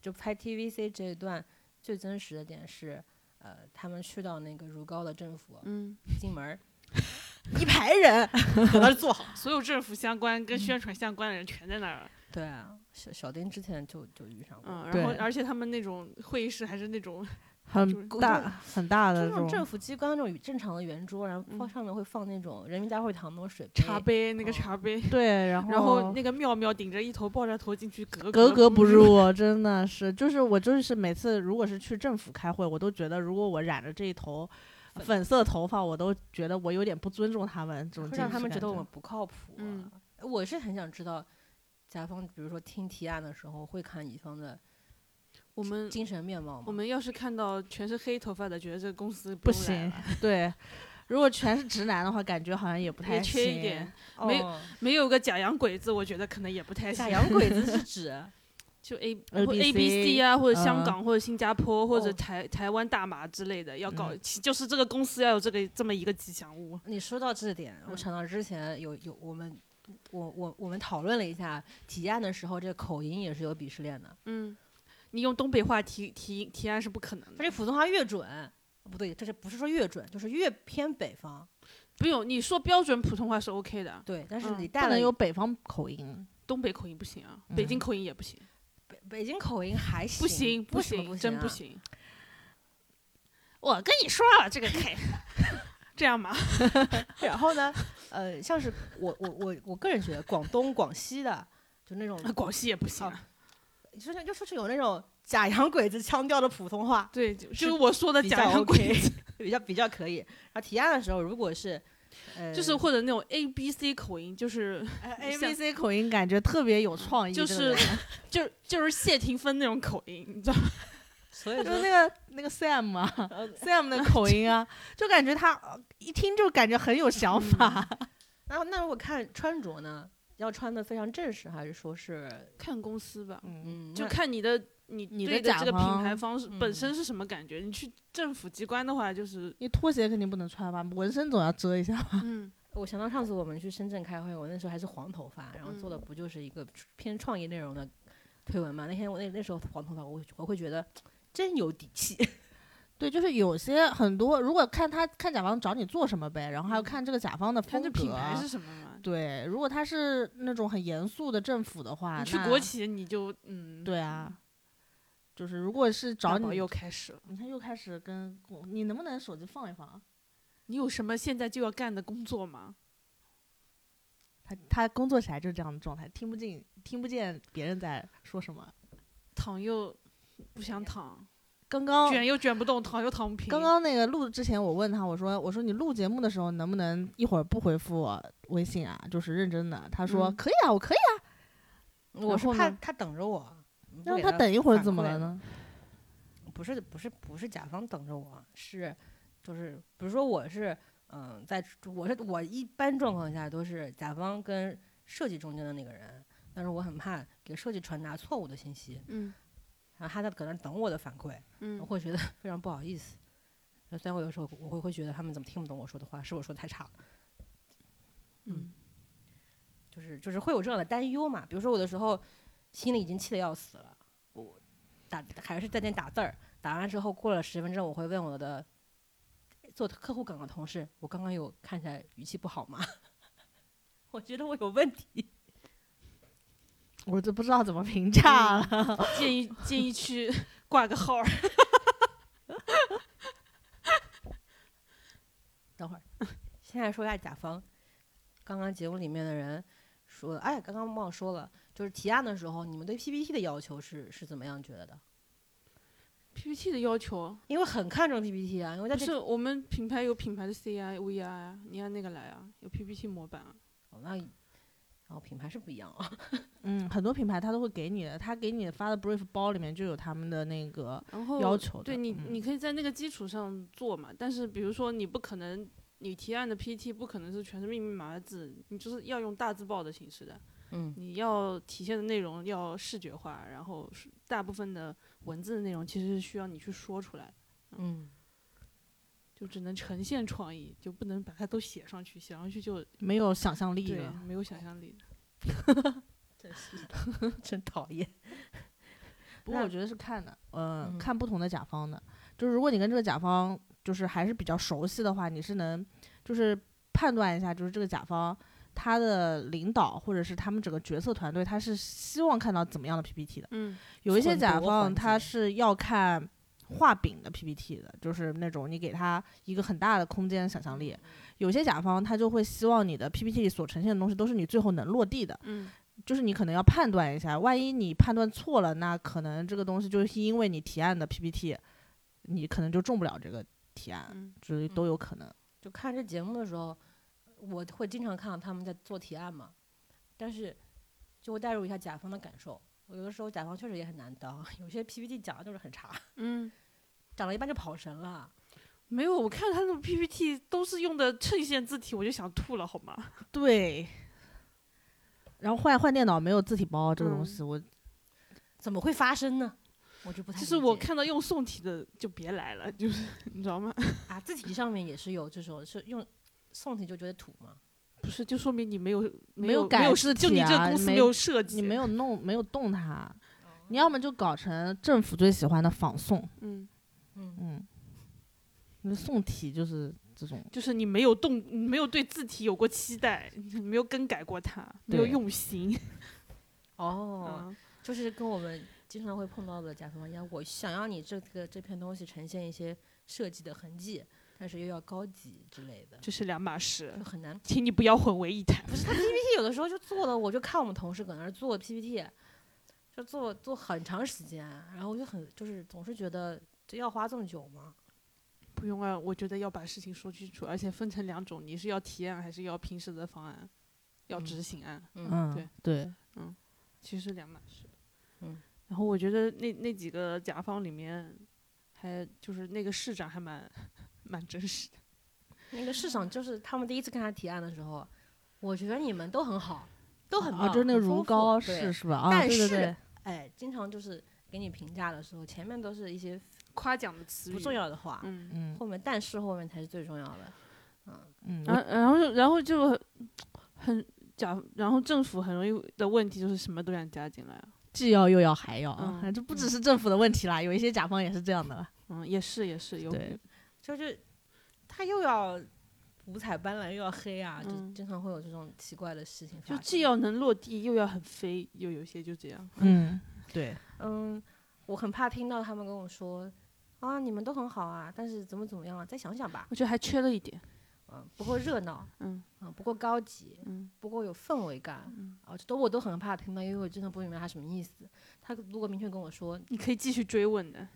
A: 就拍 TVC 这一段最真实的点是，呃，他们去到那个如皋的政 府
B: 嗯，
A: 进门儿，
C: 一排人在那儿坐好，嗯
B: 所有政府相关跟宣传相关的人全在那儿了，
A: 对啊，小小丁之前就就遇上过，
B: 嗯，
C: 对
B: 然后而且他们那种会议室还是那种
C: 很
B: 就是
C: 大很大的
A: 就
C: 这
A: 那种
C: 种
A: 政府机关那种正常的圆桌，然后放
B: 嗯
A: 上面会放那种人民大会堂那种水杯
B: 茶杯，那个
A: 哦
B: 茶杯，
C: 对，然后
B: 然后那个妙妙顶着一头爆炸头进去，格
C: 格格不
B: 不
C: 入，哦真的是，就是我就是每次如果是去政府开会，我都觉得如果我染着这一头呃
A: 粉
C: 粉色头发，我都觉得我有点不尊重他们，这种
A: 会让
C: 政
A: 他
C: 治
A: 们觉
C: 感
A: 得我们不靠谱、啊。
B: 嗯
A: 我是很想知道，甲方比如说听提案的时候会看乙方的
B: 我们
A: 精神面貌吗？
B: 嗯我们要是看到全是黑头发的，觉得这个公司
C: 不
B: 用来
C: 行
B: 了，
C: 对。如果全是直男的话，感觉好像也不
B: 也
C: 太
B: 缺一
C: 行
B: 点，没有哎
A: 哦，
B: 没有个假洋鬼子，我觉得可能也不太
A: 假
B: 行。
A: 洋鬼子 是指
B: 就 A
C: A
B: 或
C: B
B: A B
C: C
B: C 啊，或者香
C: 嗯
B: 港或者新加坡或者
A: 哦
B: 台台湾大麻之类的，要搞
C: 嗯
B: 其就是这个公司要有这个这么一个吉祥物。
A: 你说到这点，我
B: 嗯
A: 想到之前有有我们。我我我们讨论了一下提案的时候，这个口音也是有鄙视链的。
B: 嗯，你用东北话提提提案是不可能
A: 他这，
B: 的
A: 普通话越准，不对，这是不是说越准，就是越偏北方。
B: 不用你说标准普通话是 OK 的，
A: 对，但是
B: 嗯
A: 你带
C: 不
A: 了
C: 能
A: 一
C: 有北方口音。
B: 东北口音不行啊，北京口音也不行，
A: 北北京口音还行，
B: 不行
A: 为什么
B: 行，
A: 不
B: 真
A: 啊
B: 不。行。我跟你说啊，这个 K，这样吗？，
A: 然后呢，呃，像是我我我我个人觉得广东广西的就那种
B: 广西也不行啊。
A: 就是就说是有那种假洋鬼子腔调的普通 话，
B: 对，就是就是我说的
A: 比较
B: 假洋鬼
A: OK，
B: 子，
A: 比较比较可以。然后提案的时候，如果是，呃，
B: 就是或者那种 A B C 口音，就是
C: 哎
B: 像
C: A B C 口音感觉特别有创意，
B: 就
C: 这个
B: 是
C: 人
B: 就就是谢霆锋那种口音，你知道吗？
A: 所
C: 他
A: 以
C: 就是
A: 说
C: 那个那个 Sam 啊，Sam 的口音啊，就感觉他呃一听就感觉很有想法。
A: 然后那如果看穿着呢，要穿的非常正式，还是说是
B: 看公司吧，
C: 嗯，
A: 嗯，
B: 就
A: 那
B: 看你的你
C: 你
B: 对
C: 的甲
B: 这个品
C: 方
B: 牌方式本
A: 嗯
B: 身是什么感觉。你去政府机关的话，就是
C: 你拖鞋肯定不能穿吧，纹身总要遮一下。
B: 嗯，
A: 我想到上次我们去深圳开会，我那时候还是黄头发，然后
C: 嗯
A: 做的不就是一个偏创意内容的推文嘛？那天我那那时候黄头发，我会我会觉得真有底气。
C: 对，就是有些很多，如果看他看甲方找你做什么呗，然后还有看这个甲方的
B: 嗯看
C: 风
B: 这
C: 格。啊
B: 品牌是什么嘛。
C: 对，如果他是那种很严肃的政府的话，
B: 你去
C: 啊那
B: 国企你就嗯，
C: 对啊，就是如果是找
B: 大宝
C: 你，
B: 又开始了。
C: 你看又开始跟我你能不能手机放一放啊？
B: 你有什么现在就要干的工作吗？嗯
C: 他他工作起来就是这样的状态，听不进听不见别人在说什么。
B: 躺又不想躺，
C: 刚刚
B: 卷又卷不动，躺又躺不平。
C: 刚刚那个录之前，我问他，我说我说你录节目的时候能不能一会儿不回复我微信啊？就是认真的。他说、
B: 嗯
C: 可以啊，我可以啊。
A: 我是
C: 后
A: 怕
C: 呢
A: 他等着我，不
C: 让
A: 给
C: 他等一会儿
A: 反
C: 怎么
A: 馈
C: 了呢？
A: 不是不是不是甲方等着我，是就是比如说我是嗯，在我是我一般状况下都是甲方跟设计中间的那个人，但是我很怕给设计传达错误的信息，
B: 嗯
A: 然后他在搁那等我的反馈，我
B: 嗯，
A: 会觉得 非常不好意思。呃虽然我有时候我会会觉得他们怎么听不懂我说的话，是我说的太差了，
B: 嗯
A: 就是就是会有这样的担忧嘛。比如说我的时候心里已经气得要死了，我打还是在那打字儿，打完之后过了十分钟，我会问我的做客户岗的同事，我刚刚有看起来语气不好吗？ 我觉得我有问题。
C: 我就不知道怎么评价了。
B: 嗯建议建议 去挂个号儿。
A: 等会儿，现在说一下甲方，刚刚节目里面的人说的，哎，刚刚忘说了，就是提案的时候，你们对 PPT 的要求是是怎么样觉得的？
B: PPT 的要求，
A: 因为很看重 PPT 啊，因为在
B: 但
A: 这
B: 是我们品牌有品牌的 CI、VR 啊，你按那个来啊，有 PPT 模板啊。
A: 哦那然后品牌是不一样啊，
C: 嗯，很多品牌它都会给你的，它给你发的 brief 包里面就有他们的那个
B: 然后
C: 要求的。
B: 对你，
C: 嗯
B: 你可以在那个基础上做嘛。但是比如说，你不可能，你提案的 PT 不可能是全是密密麻麻的字，你就是要用大字报的形式的。
A: 嗯，
B: 你要体现的内容要视觉化，然后是大部分的文字的内容其实是需要你去说出来，
A: 嗯，
B: 就只能呈现创意，就不能把它都写上去，写上去就
C: 没有想象力
B: 对啊
C: 了。
B: 没有想象力。
A: 真是的，真讨厌。
C: 不过
A: 那
C: 我觉得是看的，呃、
A: 嗯
C: 看不同的甲方的。就是如果你跟这个甲方就是还是比较熟悉的话，你是能就是判断一下，就是这个甲方他的领导或者是他们整个决策团队，他是希望看到怎么样的 PPT 的。
B: 嗯，
C: 有一些
A: 混浊
C: 甲
A: 环节
C: 方他是要看画饼的 PPT 的，就是那种你给他一个很大的空间想象力。有些甲方他就会希望你的 PPT 里所呈现的东西都是你最后能落地的，
B: 嗯，
C: 就是你可能要判断一下，万一你判断错了，那可能这个东西就是因为你提案的 PPT，你可能就中不了这个提案，
B: 嗯，
C: 这都有可能。
A: 就看这节目的时候，我会经常看到他们在做提案嘛，但是就会带入一下甲方的感受。我有的时候甲方确实也很难当，有些 PPT 讲的就是很差，
B: 嗯，
A: 讲了一半就跑神了。啊
B: 没有，我看他的 PPT 都是用的衬线字体，我就想吐了，好吗？
C: 对。然后换换电脑没有字体包这个东
B: 嗯
C: 西，我
A: 怎么会发生呢？我就不太
B: 就
A: 理
B: 是我
A: 解
B: 看到用宋体的就别来了，就是 你知道吗？
A: 啊，字体上面也是有这种是用宋体就觉得土嘛，
B: 不是，就说明你没有
C: 没有
B: 有
C: 改
B: 没有
C: 字
B: 就
C: 体
B: 你这
C: 啊
B: 个公司
C: 没
B: 没有设计，
C: 你没有弄没有动它，
B: 哦
C: 你要么就搞成政府最喜欢的仿宋，
B: 嗯，
A: 嗯，
C: 嗯，那宋体就是这种，
B: 就是你没有动，你没有对字体有过期待，你没有更改过它，没有
C: 对
B: 用心。
A: 哦，
B: 嗯
A: 就是跟我们经常会碰到的甲方一样，我想要你这个这篇东西呈现一些设计的痕迹，但是又要高级之类的，
B: 这是两码事
A: 就，很难。
B: 请你不要混为一谈。不是，
A: PPT 有的时候就做了，我就看我们同事搁那儿做 PPT，就做做很长时间，然后我就很就是总是觉得这要花这么久吗？
B: 不用啊，我觉得要把事情说清楚，而且分成两种，你是要提案还是要平时的方案，要
A: 嗯
B: 执行案，
C: 嗯，
B: 对
C: 对，
B: 其实两码事。
A: 嗯，
B: 然后我觉得那那几个甲方里面，还就是那个市长还蛮 蛮真实的。
A: 那个市场就是他们第一次看他提案的时候，我觉得你们都很好，都很
C: 啊，
A: 棒，
C: 就是那个
A: 很丰
C: 如
A: 富
C: 皋
A: 对
C: 市是吧？啊，
A: 但
C: 对对
A: 是
C: 对，
A: 哎，经常就是给你评价的时候，前面都是一些
B: 夸奖的词语
A: 不重，要的话，
B: 嗯，
C: 嗯
A: 后面但是后面才是最重要的。
C: 嗯，
B: 然
C: 我
B: 后然后就然后就很很甲，然后政府很容易的问题就是什么都想加进来啊，
C: 既要又要还要啊，
B: 嗯
C: 这不只是政府的问题啦，有一些甲方也是这样的啦。
B: 嗯，也是也是有，
C: 对
A: 就是他又要五彩斑斓，又要黑啊，就
B: 嗯
A: 经常会有这种奇怪的事情发
B: 就
A: 生。
B: 既要能落地又要很飞，又有些就这样，
C: 嗯，对，
A: 嗯，我很怕听到他们跟我说啊，你们都很好啊，但是怎么怎么样啊，再想想吧
B: 我，觉得还缺了一点，
A: 嗯，不够热闹，
B: 嗯
A: 嗯，不够高级，
B: 嗯
A: 不够有氛围感，
B: 嗯，
A: 啊，这都我都很怕听到，因为我真的不明白他什么意思。他如果明确跟我说，
B: 你可以继续追问的，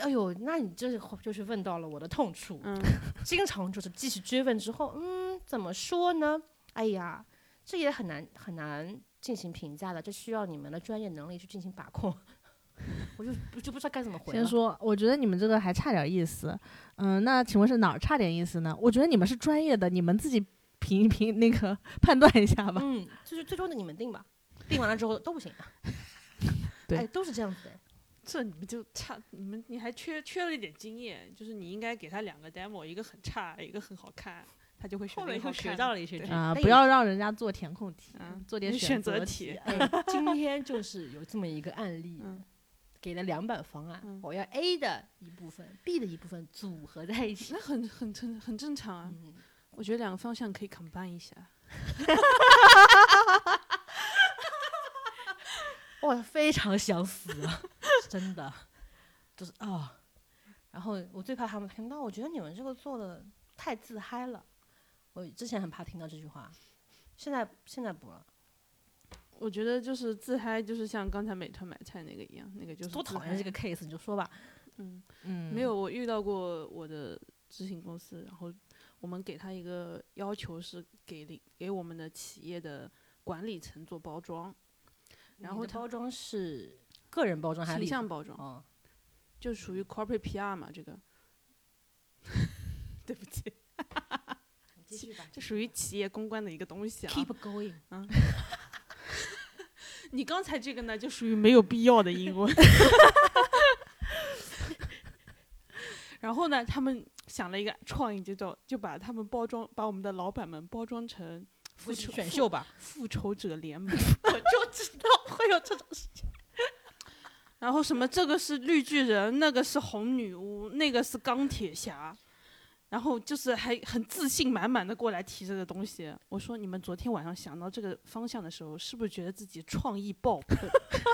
A: 哎呦，那你这就是问到了我的痛处，
B: 嗯，
A: 经常就是继续追问之后，嗯，怎么说呢？哎呀，这也很难很难进行评价的，这需要你们的专业能力去进行把控。 我就我就不知道该怎么回
C: 先
A: 了。
C: 说，我觉得你们这个还差点意思。嗯，那请问是哪儿差点意思呢？我觉得你们是专业的，你们自己评一评那个判断一下吧。
A: 嗯，就是最终的你们定吧，定完了之后都不行啊。
C: 对
A: 哎，都是这样子的。
B: 这你们就差，你们你还缺缺了一点经验，就是你应该给他两个 demo，一个很差，一个很好看，他就会选
A: 后
B: 那个
A: 面
B: 好
A: 又
B: 看
A: 学
B: 的。
A: 到了一些知识
C: 啊，
A: 但
C: 不
A: 也
C: 要让人家做填空题，
B: 嗯
C: 做点
B: 是
C: 选
B: 选择
C: 题。
B: 题
A: 哎，今天就是有这么一个案例，
B: 嗯
A: 给了两版方案，
B: 嗯
A: 我要 A 的一部分、B 的一部分组合在一起
B: 那。很很很很正常啊，
A: 嗯，
B: 我觉得两个方向可以 combine 一下。
A: 哇，非常想死啊， 真的，就是啊、然后我最怕他们听到，我觉得你们这个做的太自嗨了。我之前很怕听到这句话，现在现在不了，
B: 我觉得就是自嗨，就是像刚才美团买菜那个一样，那个就是
A: 多
B: 自
A: 讨厌这
B: 嗨
A: 个 case，你就说吧，
B: 嗯，
C: 嗯，
B: 没有，我遇到过我的咨询公司，然后我们给他一个要求是给领给我们的企业的管理层做包装，然
A: 你
B: 后
A: 的
B: 他
A: 包装是个人包装还是
B: 形
A: 立
B: 象包装，
A: 哦，
B: 就属于 corporate PR 嘛，这个
A: 继续吧
B: 这属于企业公关的一个东西啊。
A: ，keep going，
B: 你刚才这个呢，就属于没有必要的英文。 然后呢，他们想了一个创意，就叫就把他们包装，把我们的老板们包装成复仇
A: 选秀吧，
B: 复仇者联 盟，
A: 我就知道会有这种事。
B: 然后什么这个是绿巨人，那个是红女巫，那个是钢铁侠，然后就是还很自信满满的过来提这个东西。我说你们昨天晚上想到这个方向的时候，是不是觉得自己创意爆棚？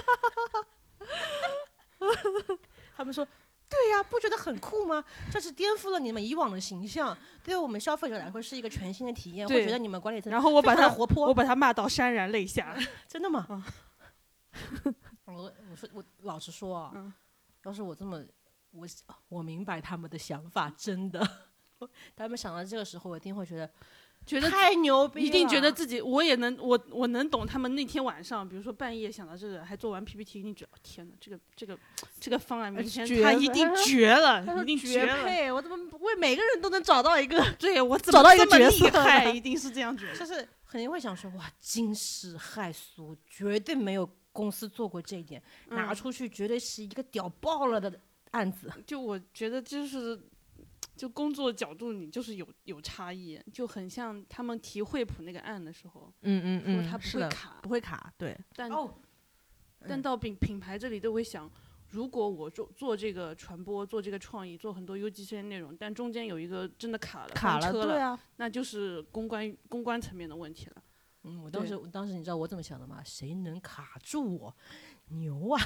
A: 他们说。对呀、不觉得很酷吗？这是颠覆了你们以往的形象，对于我们消费者来说是一个全新的体验。会
B: 对
A: 觉得你们管理层
B: 然后我把
A: 非常
B: 他
A: 的活泼，
B: 我把他骂到潸然泪下。
A: 真的吗？
C: 嗯
A: 我我说我老实说啊，
B: 嗯
A: 要是我这么我我明白他们的想法，真的， 他们想到这个时候，我一定会觉得
B: 觉得
A: 太牛逼了，
B: 一定觉得自己，我也能，我我能懂他们那天晚上，比如说半夜想到这个，还做完 PPT，一定觉得哦天哪，这个这个这个方案明天
C: 呃绝
B: 他一定绝了，
C: 他说
B: 一定
C: 绝
B: 了，
C: 配，我怎么为每个人都能找到一个？
B: 对我怎
C: 找
B: 么
C: 到一个
B: 这么
C: 角
B: 厉
C: 色
B: 害，一定是这样觉 得。
A: 就是肯定会想说，哇，惊世骇俗，绝对没有公司做过这一点，拿
B: 嗯
A: 出去绝对是一个屌爆了的案子。
B: 就我觉得就是，就工作角度你就是有有差异，就很像他们提惠普那个案的时候，
C: 嗯嗯
B: 说
C: 嗯，
B: 他不
C: 是
B: 会
C: 的
B: 卡，
C: 不会卡，对，
B: 但
A: 哦，
B: 但到品品牌这里都会想，如果我做做这个传播，做这个创意，做很多 UGC 内容，但中间有一个真的卡了，
C: 卡
B: 翻车
C: 对
B: 了，
C: 啊，
B: 那就是公关公关层面的问题了。
A: 嗯，我当时，我当时你知道我怎么想的吗？谁能卡住我？牛啊！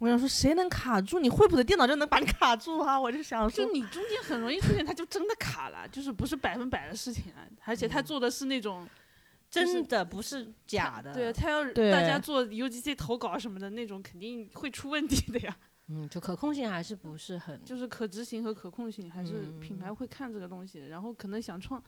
C: 我想说谁能卡住你？惠普的电脑就能把你卡住啊！我就想说
B: 就，你中间很容易出现，它就真的卡了，就是不是百分百的事情啊，而
C: 嗯
B: 且他做的是那种就是
A: 真的不是啊假的，
B: 对，他要
C: 对
B: 大家做 UGC 投稿什么的那种，肯定会出问题的呀。
A: 嗯，就可控性还是不是很，
B: 就是可执行和可控性，还是品牌
A: 嗯
B: 会看这个东西，然后可能想创，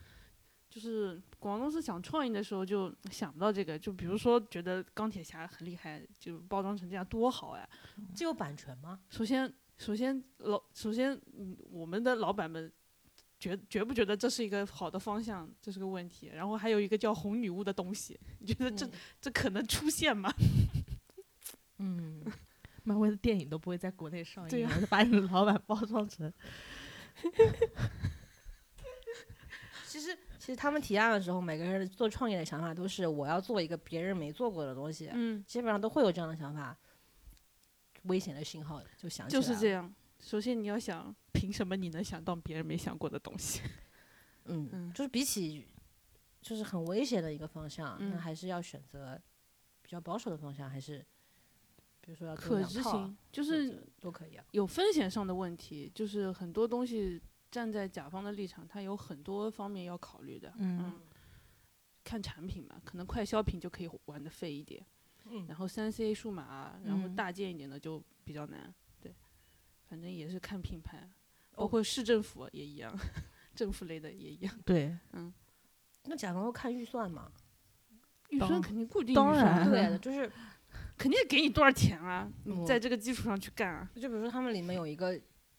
B: 就是广告公司想创意的时候就想不到这个，就比如说觉得钢铁侠很厉害，就包装成这样多好呀。
A: 这有版权吗？
B: 首先，首先老，首先嗯，我们的老板们。觉觉不觉得这是一个好的方向？这是个问题。然后还有一个叫红女巫的东西，你觉得这、这可能出现吗？
A: 嗯，
C: 漫威的电影都不会在国内上映，
B: 对啊
C: 还是把你的老板包装成
A: 其实其实他们提案的时候，每个人做创业的想法都是我要做一个别人没做过的东西，
B: 嗯，
A: 基本上都会有这样的想法。危险的信号就响起
B: 就
A: 来
B: 是
A: 了
B: 这样。首先你要想，凭什么你能想到别人没想过的东西？
A: 嗯，
B: 嗯
A: 就是比起就是很危险的一个方向，
B: 嗯
A: 那还是要选择比较保守的方向，还是比如 说要做
B: 可
A: 两
B: 执
A: 套啊
B: 行，就
A: 或
B: 是
A: 者都可以啊。
B: 有风险上的问题，就是很多东西站在甲方的立场，他有很多方面要考虑的。
C: 嗯
B: 看产品嘛，可能快消品就可以玩的废一点，
A: 嗯
B: 然后三 C 数码，啊然后
C: 嗯
B: 大件一点的就比较难。对，反正也是看品牌，包
A: 哦
B: 括市政府也一样， 政府类的也一样。
C: 对，
A: 那甲方会看预算嘛？
B: 预
C: 当
B: 算肯定固定预
C: 当
B: 算啊，
C: 然
A: 对的，就是
B: 肯定给你多少钱啊，你
A: 嗯
B: 在这个基础上去干啊。
A: 就比如说他们里面有一个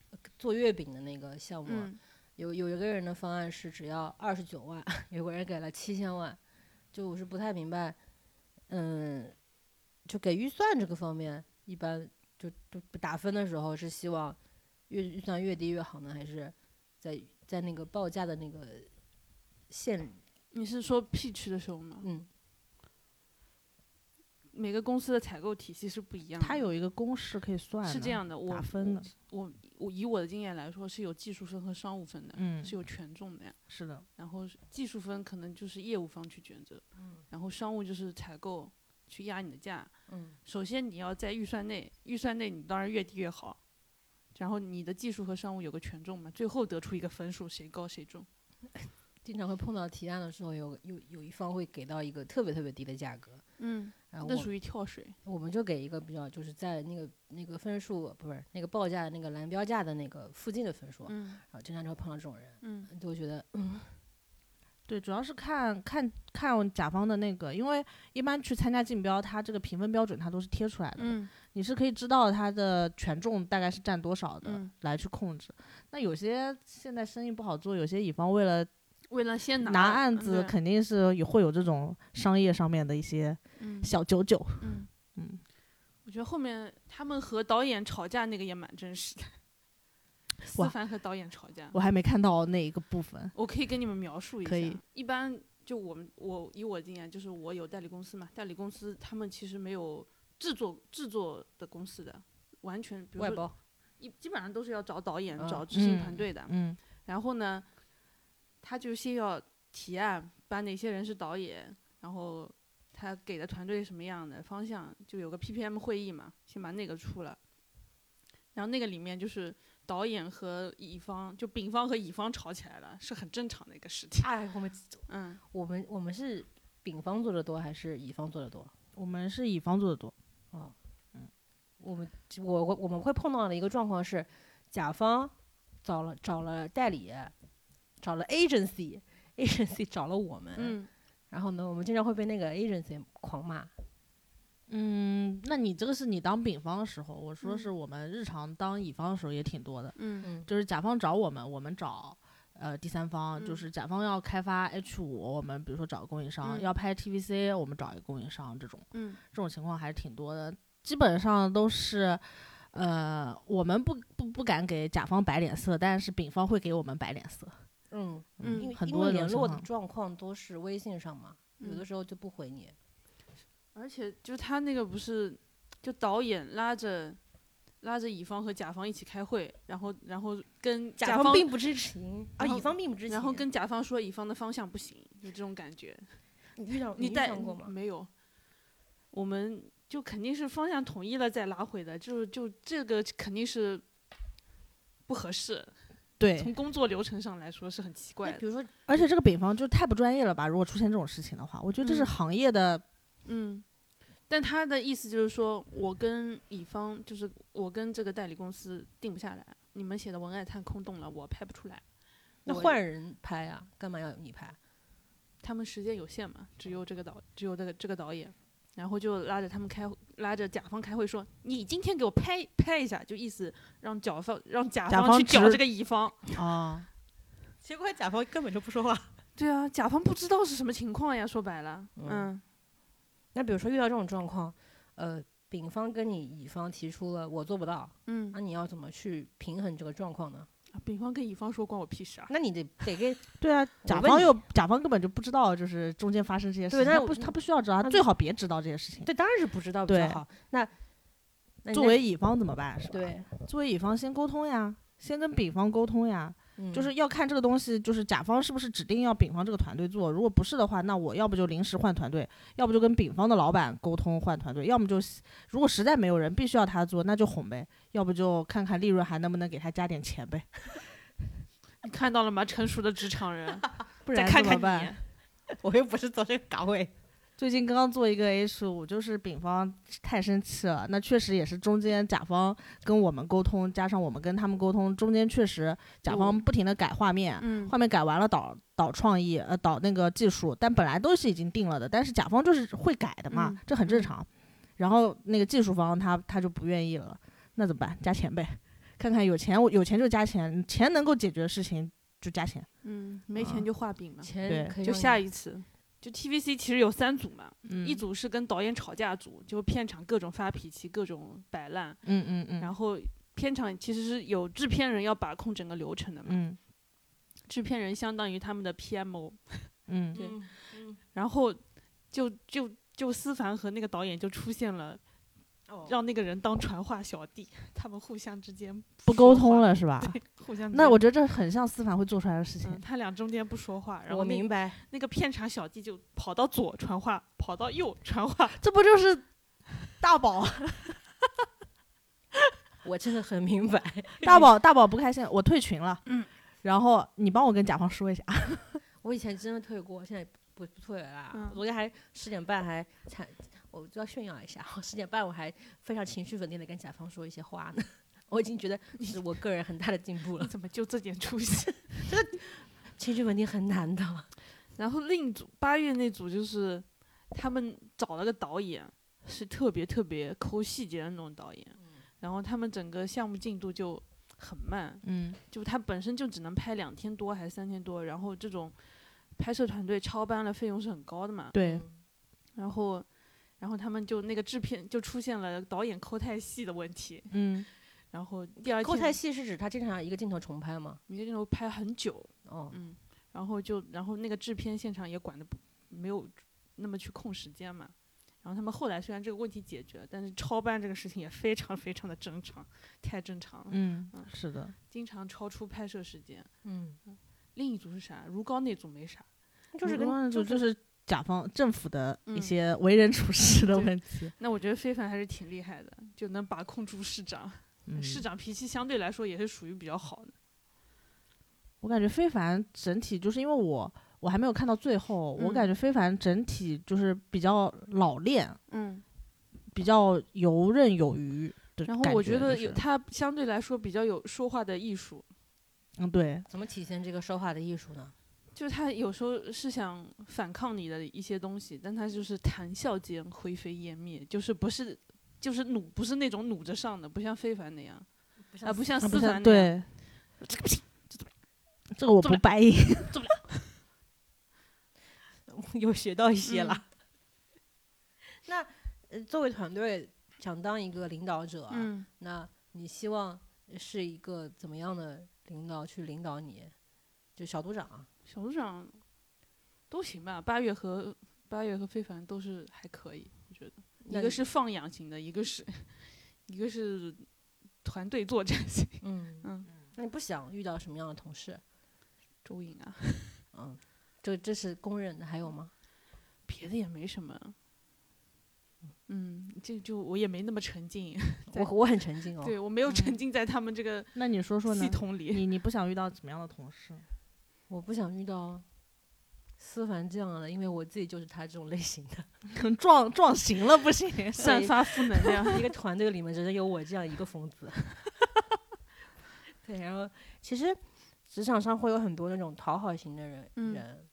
A: 呃做月饼的那个项目，啊
B: 嗯，
A: 有有一个人的方案是只要二十九万， 有个人给了七千万，就我是不太明白，嗯，就给预算这个方面，一般就就打分的时候是希望越预算越低越好呢，还是在在那个报价的那个线里，
B: 你是说 P 区的时候吗？
A: 嗯，
B: 每个公司的采购体系是不一样的。
C: 它有一个公式可以算，
B: 是这样的，我
C: 打分的，
B: 我我以我的经验来说，是有技术分和商务分的，
C: 嗯，
B: 是有权重的呀。
C: 是的，
B: 然后是技术分可能就是业务方去选择，
C: 嗯
B: 然后商务就是采购去压你的价。
A: 嗯，
B: 首先你要在预算内，预算内你当然越低越好。然后你的技术和商务有个权重嘛，最后得出一个分数，谁高谁重。
A: 经常会碰到提案的时候，有有有一方会给到一个特别特别低的价格，
B: 嗯，
A: 然后
B: 那
A: 我
B: 属于跳水，
A: 我们就给一个比较就是在那个那个分数不是那个报价的那个蓝标价的那个附近的分数，啊
B: 嗯
A: 然后经常就会碰到这种人，
B: 嗯
A: 就会觉得
C: 对，主要是看看看甲方的那个，因为一般去参加竞标，它这个评分标准它都是贴出来的，
B: 嗯
C: 你是可以知道它的权重大概是占多少的、
B: 嗯，
C: 来去控制。那有些现在生意不好做，有些乙方为了
B: 为了先
C: 拿案子，
B: 嗯对
C: 肯定是有会有这种商业上面的一些
B: 嗯
C: 小九九。
B: 嗯
C: 嗯，
B: 我觉得后面他们和导演吵架那个也蛮真实的，
C: 哇
B: 思凡和导演吵架，
C: 我还没看到那一个部分。
B: 我可以跟你们描述一下。
C: 可以
B: 一般就我们我以我的经验，就是我有代理公司嘛，代理公司他们其实没有制作制作的公司的，完全比如
A: 外
B: 说
A: 包，
B: 一基本上都是要找导演、
A: 嗯
B: 找执行
C: 嗯
B: 团队的。
C: 嗯
B: 然后呢，他就先要提案，把哪些人是导演，然后他给的团队什么样的方向，就有个 PPM 会议嘛，先把那个出了。然后那个里面就是导演和乙方，就丙方和乙方吵起来了，是很正常的一个事情。
A: 哎，我们
B: 嗯，
A: 我们我们是丙方做的多还是乙方做的多？
C: 我们是乙方做的多，
A: 我们我我我们会碰到的一个状况是，甲方找了找了代理，找了 agency。agency 找了我们，
B: 嗯，
A: 然后呢，我们经常会被那个 agency 狂骂，
C: 嗯，那你这个是你当丙方的时候，我说
B: 嗯
C: 是我们日常当乙方的时候也挺多的，
B: 嗯
A: 嗯，
C: 就是甲方找我们，我们找呃第三方，就
B: 嗯
C: 是甲方要开发 H 五，我们比如说找个供应商，
B: 嗯
C: 要拍 TVC，我们找一个供应商，这种
B: 嗯
C: 这种情况还是挺多的，基本上都是。呃，我们不不不敢给甲方摆脸色，但是丙方会给我们摆脸色。
A: 嗯，
B: 嗯
A: 因为
C: 很
A: 因
C: 多
A: 为
C: 种
A: 联
C: 情
A: 络的
C: 况
A: 状况都是微信上嘛，有的
B: 嗯
A: 时候就不回你，
B: 而且就他那个不是，就导演拉着拉着乙方和甲方一起开会，然后然后跟方
A: 并不知情啊，
B: 然后
A: 乙方并不知情。
B: 然后跟甲方说乙方的方向不行，有这种感觉。
A: 你遇到
B: 你
A: 遇
B: 带
A: 上过吗？
B: 没有，我们就肯定是方向统一了再拉回的，就是就这个肯定是不合适。
C: 对，
B: 从工作流程上来说是很奇怪
A: 那
B: 的。
A: 比如说，
C: 而且这个丙方就太不专业了吧？如果出现这种事情的话，我觉得这是
B: 嗯
C: 行业的，
B: 嗯，但他的意思就是说，我跟乙方，就是我跟这个代理公司定不下来，你们写的文案太空洞了，我拍不出来。
A: 那
B: 我
A: 换人拍啊，干嘛要你拍？
B: 他们时间有限嘛，只有这个导，只有这个这个导演，然后就拉着他们开，拉着甲方开会说，你今天给我拍拍一下，就意思让甲方让甲
C: 甲
B: 方
C: 方
B: 去搅
C: 直
B: 这个乙方。
A: 哦
C: 啊，
A: 结果甲方根本就不说话。
B: 对啊，甲方不知道是什么情况呀，说白了，嗯
A: 那比如说遇到这种状况，呃，丙方跟你乙方提出了我做不到，
B: 嗯
A: 那你要怎么去平衡这个状况呢？
B: 啊丙方跟乙方说关我屁事啊，
A: 那你得得给
C: 对啊，甲
A: 我问
C: 方
A: 你
C: 又甲方根本就不知道，就是中间发生这些事
A: 对
C: 情，他
A: 但
C: 不
A: 是
C: 他不需要知道，
A: 嗯
C: 他最好别知道这些事情。
A: 对，当然是不知道比较
C: 对
A: 好。那那
C: 作
A: 那
C: 为乙方怎么办？是吧？，
A: 对，
C: 作为乙方先沟通呀，先跟丙方沟通呀，
A: 嗯
C: 就是要看这个东西，就是甲方是不是指定要丙方这个团队做，如果不是的话，那我要不就临时换团队，要不就跟丙方的老板沟通换团队，要么就如果实在没有人必须要他做，那就哄呗，要不就看看利润还能不能给他加点钱呗，
B: 你看到了吗？成熟的职场人，
C: 不
B: 再
C: 然
B: 看
C: 怎
B: 看
C: 么办？
B: 你，
A: 我又不是走这个岗位，
C: 最近刚刚做一个 H 五，就是丙方太生气了。那确实也是中间甲方跟我们沟通，加上我们跟他们沟通，中间确实甲方不停的改画面，
B: 嗯
C: 画面改完了导导创意，呃导那个技术，但本来都是已经定了的，但是甲方就是会改的嘛，
B: 嗯
C: 这很正常。然后那个技术方他他就不愿意了，那怎么办？加钱呗，看看有钱我有钱就加钱，钱能够解决的事情就加钱。
B: 嗯，没钱就画饼了，
A: 钱
C: 对
A: 可以
B: 就
A: 让你
B: 下一次。就 TVC 其实有三组嘛，
C: 嗯
B: 一组是跟导演吵架组，就片场各种发脾气，各种摆烂，
C: 嗯嗯嗯
B: 然后片场其实是有制片人要把控整个流程的嘛，
C: 嗯
B: 制片人相当于他们的 PMO，
C: 嗯
B: 对然后就就就思凡和那个导演就出现了，
A: 哦
B: 让那个人当传话小弟，他们互相之间
C: 不沟通了是吧？
B: 说话，互相之间
C: 那我觉得这很像思凡会做出来的事情。
B: 嗯嗯，他俩中间不说话，然后
A: 我
B: 那
A: 明白，
B: 那个片场小弟就跑到左传话，跑到右传话，
C: 这不就是大宝？
A: 我真的很明白。
C: 大宝，大宝不开心，我退群了。
B: 嗯。
C: 然后你帮我跟甲方说一下，
A: 我我以前真的退过，现在不不退了啦。
B: 嗯
A: 我昨天还十点半还才，我就要炫耀一下，我十点半我还非常情绪稳定的跟甲方说一些话呢。 我已经觉得是我个人很大的进步
B: 你
A: 了，
B: 怎么就这点出息？
A: 情绪稳定很难的。
B: 然后另一组八月那组就是他们找了个导演，是特别特别抠细节的那种导演，然后他们整个项目进度就很慢，
C: 嗯，
B: 就他本身就只能拍两天多还是三天多，然后这种拍摄团队超班的费用是很高的嘛，
C: 对，
B: 然后。然后他们就那个制片就出现了导演抠太细的问题，
C: 嗯，
B: 然后第二
A: 扣太
B: 天
A: 戏是指他经常一个镜头重拍吗？
B: 一个镜头拍很久，
A: 哦，
B: 嗯，然后就然后那个制片现场也管的不没有那么去控时间嘛。然后他们后来虽然这个问题解决了，但是超班这个事情也非常 非常的正常，太正常了，
C: 嗯
B: 嗯，
C: 是的，
B: 经常超出拍摄时间。
A: 嗯，
B: 另一组是啥？如皋那组没啥，
A: 就是
C: 我忘
A: 跟
C: 了嗯就就是甲方政府的一
B: 嗯
C: 些为人处事的
B: 对
C: 问题，
B: 那我觉得非凡还是挺厉害的，就能把控住市长。
C: 嗯，
B: 市长脾气相对来说也是属于比较好的。
C: 我感觉非凡整体就是因为我我还没有看到最后，
B: 嗯
C: 我感觉非凡整体就是比较老练，
B: 嗯，
C: 比较游刃有余的
B: 然
C: 感
B: 后我
C: 觉
B: 觉得
C: 就
B: 有
C: 是
B: 他相对来说比较有说话的艺术，
C: 嗯，对，
A: 怎么体现这个说话的艺术呢？
B: 就是他有时候是想反抗你的一些东西，但他就是谈笑间灰飞烟灭，就是不是就是努不是那种努着上的，不像非凡那样啊，不像
C: 啊不
B: 思
C: 是
B: 凡那样。
C: 对，这个我
B: 这
C: 不
B: 么
C: 白应，
A: 有学到一
C: 嗯
A: 些啦。 那呃作为团队想当一个领导者啊，
B: 嗯，
A: 那你希望是一个怎么样的领导去领导你？就小组长啊，
B: 小组长都行吧，八月和八月和非凡都是还可以，我觉得
A: 那
B: 一个
A: 你
B: 是放养型的，一个是一个是团队作战型。
A: 嗯
B: 嗯，
A: 那你不想遇到什么样的同事？
B: 周颖啊，
A: 嗯，这这是公认的，还有吗？
B: 别的也没什么。嗯，这就我也没那么沉浸，对
A: 我我很沉浸哦，
B: 对我没有沉浸在他们这个
C: 那你说说呢
B: 系？统里。
C: 你你不想遇到怎么样的同事？
A: 我不想遇到思凡这样的，因为我自己就是他这种类型的。
C: 撞撞型了不行，
B: 散发负能量。
A: 一个团队里面只能有我这样一个疯子。 对，然后其实职场上会有很多那种讨好型的人，
B: 嗯
A: 人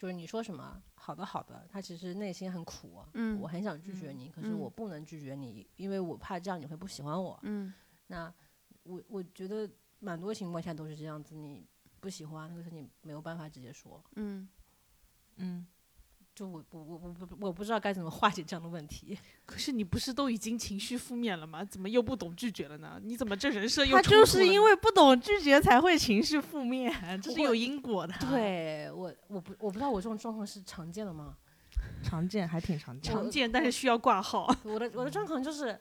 A: 就是你说什么好的好的，他其实内心很苦、啊。
B: 嗯
A: 我很想拒绝你，可是
B: 嗯
A: 我不能拒绝你，因为我怕这样你会不喜欢我。
B: 嗯
A: 那我我觉得蛮多情况下都是这样子，你不喜欢，可是你没有办法直接说。
B: 嗯，
C: 嗯，
A: 就我我我我不我不知道该怎么化解这样的问题。
B: 可是你不是都已经情绪负面了吗？怎么又不懂拒绝了呢？你怎么这人设又
C: 他
B: 冲
C: 就
B: 突
C: 是
B: 了
C: 因
B: 呢
C: 为不懂拒绝才会情绪负面，这是
A: 我
C: 有因果的，，
A: 对我我不我不知道我这种状况是常见的吗？
C: 常见还挺常见 的。
B: 常见，但是需要挂号。
A: 我的我的状况就是，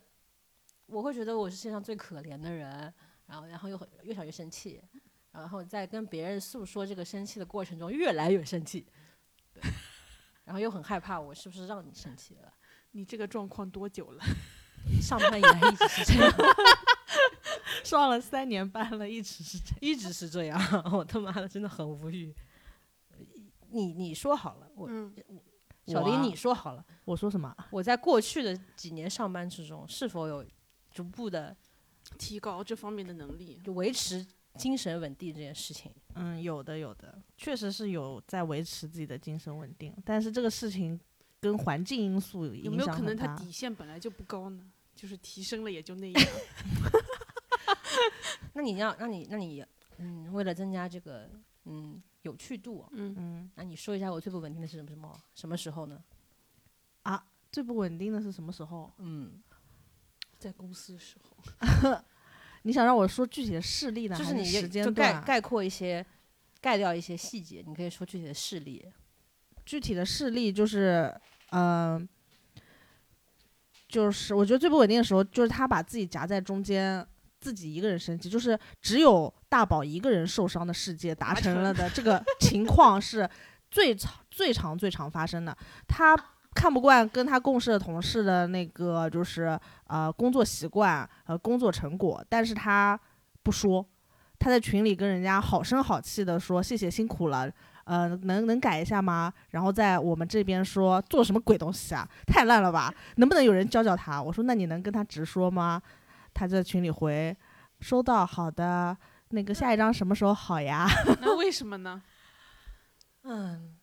A: 我会觉得我是世界上最可怜的人，然后然后又很越想越生气，然后在跟别人诉说这个生气的过程中越来越生气，对，然后又很害怕我是不是让你生气了。
B: 你这个状况多久了？
A: 上班以来一直是这样，
C: 上了三年班了，一直是这样。
A: 一直是这样， 我他妈的真的很无语。呃你你说好了，我
B: 嗯
A: 小
C: 我啊
A: 林你说好了，
C: 我说什么？
A: 我在过去的几年上班之中是否有逐步的
B: 提高这方面的能力。
A: 维持精神稳定这件事情？
C: 嗯，有的，有的，确实是有在维持自己的精神稳定，但是这个事情跟环境因素
B: 有
C: 影
B: 没有
C: 响
B: 可能
C: 很
B: 他
C: 大。
B: 底线本来就不高呢？就是提升了也就那样。
A: 那你要，那你，那你，嗯，为了增加这个，嗯，有趣度哦，
B: 嗯，
C: 嗯，
A: 那你说一下我最不稳定的是什么什么什么时候呢？
C: 最不稳定的是什么时候？
A: 嗯，
B: 在公司的时候，
C: 你想让我说具体的事例呢，
A: 就
C: 还
A: 你
C: 时
A: 就
C: 间
A: 就概
C: 段？啊
A: 概括一些，盖掉一些细节，你可以说具体的事例。
C: 具体的事例就是，嗯、就是我觉得最不稳定的时候，就是他把自己夹在中间，自己一个人生气，就是只有大宝一个人受伤的世界达
B: 达成
C: 成了的这个情况是最常、最常、最常发生的。他看不惯跟他共事的同事的那个就是呃工作习惯和工作成果，但是他不说。他在群里跟人家好声好气的说谢谢辛苦了，呃，能能改一下吗？然后在我们这边说做什么鬼东西啊，太烂了吧，能不能有人教教他？我说那你能跟他直说吗？他在群里回，收到，好的，那个下一张什么时候好呀？
B: 那为什么呢？
A: 嗯，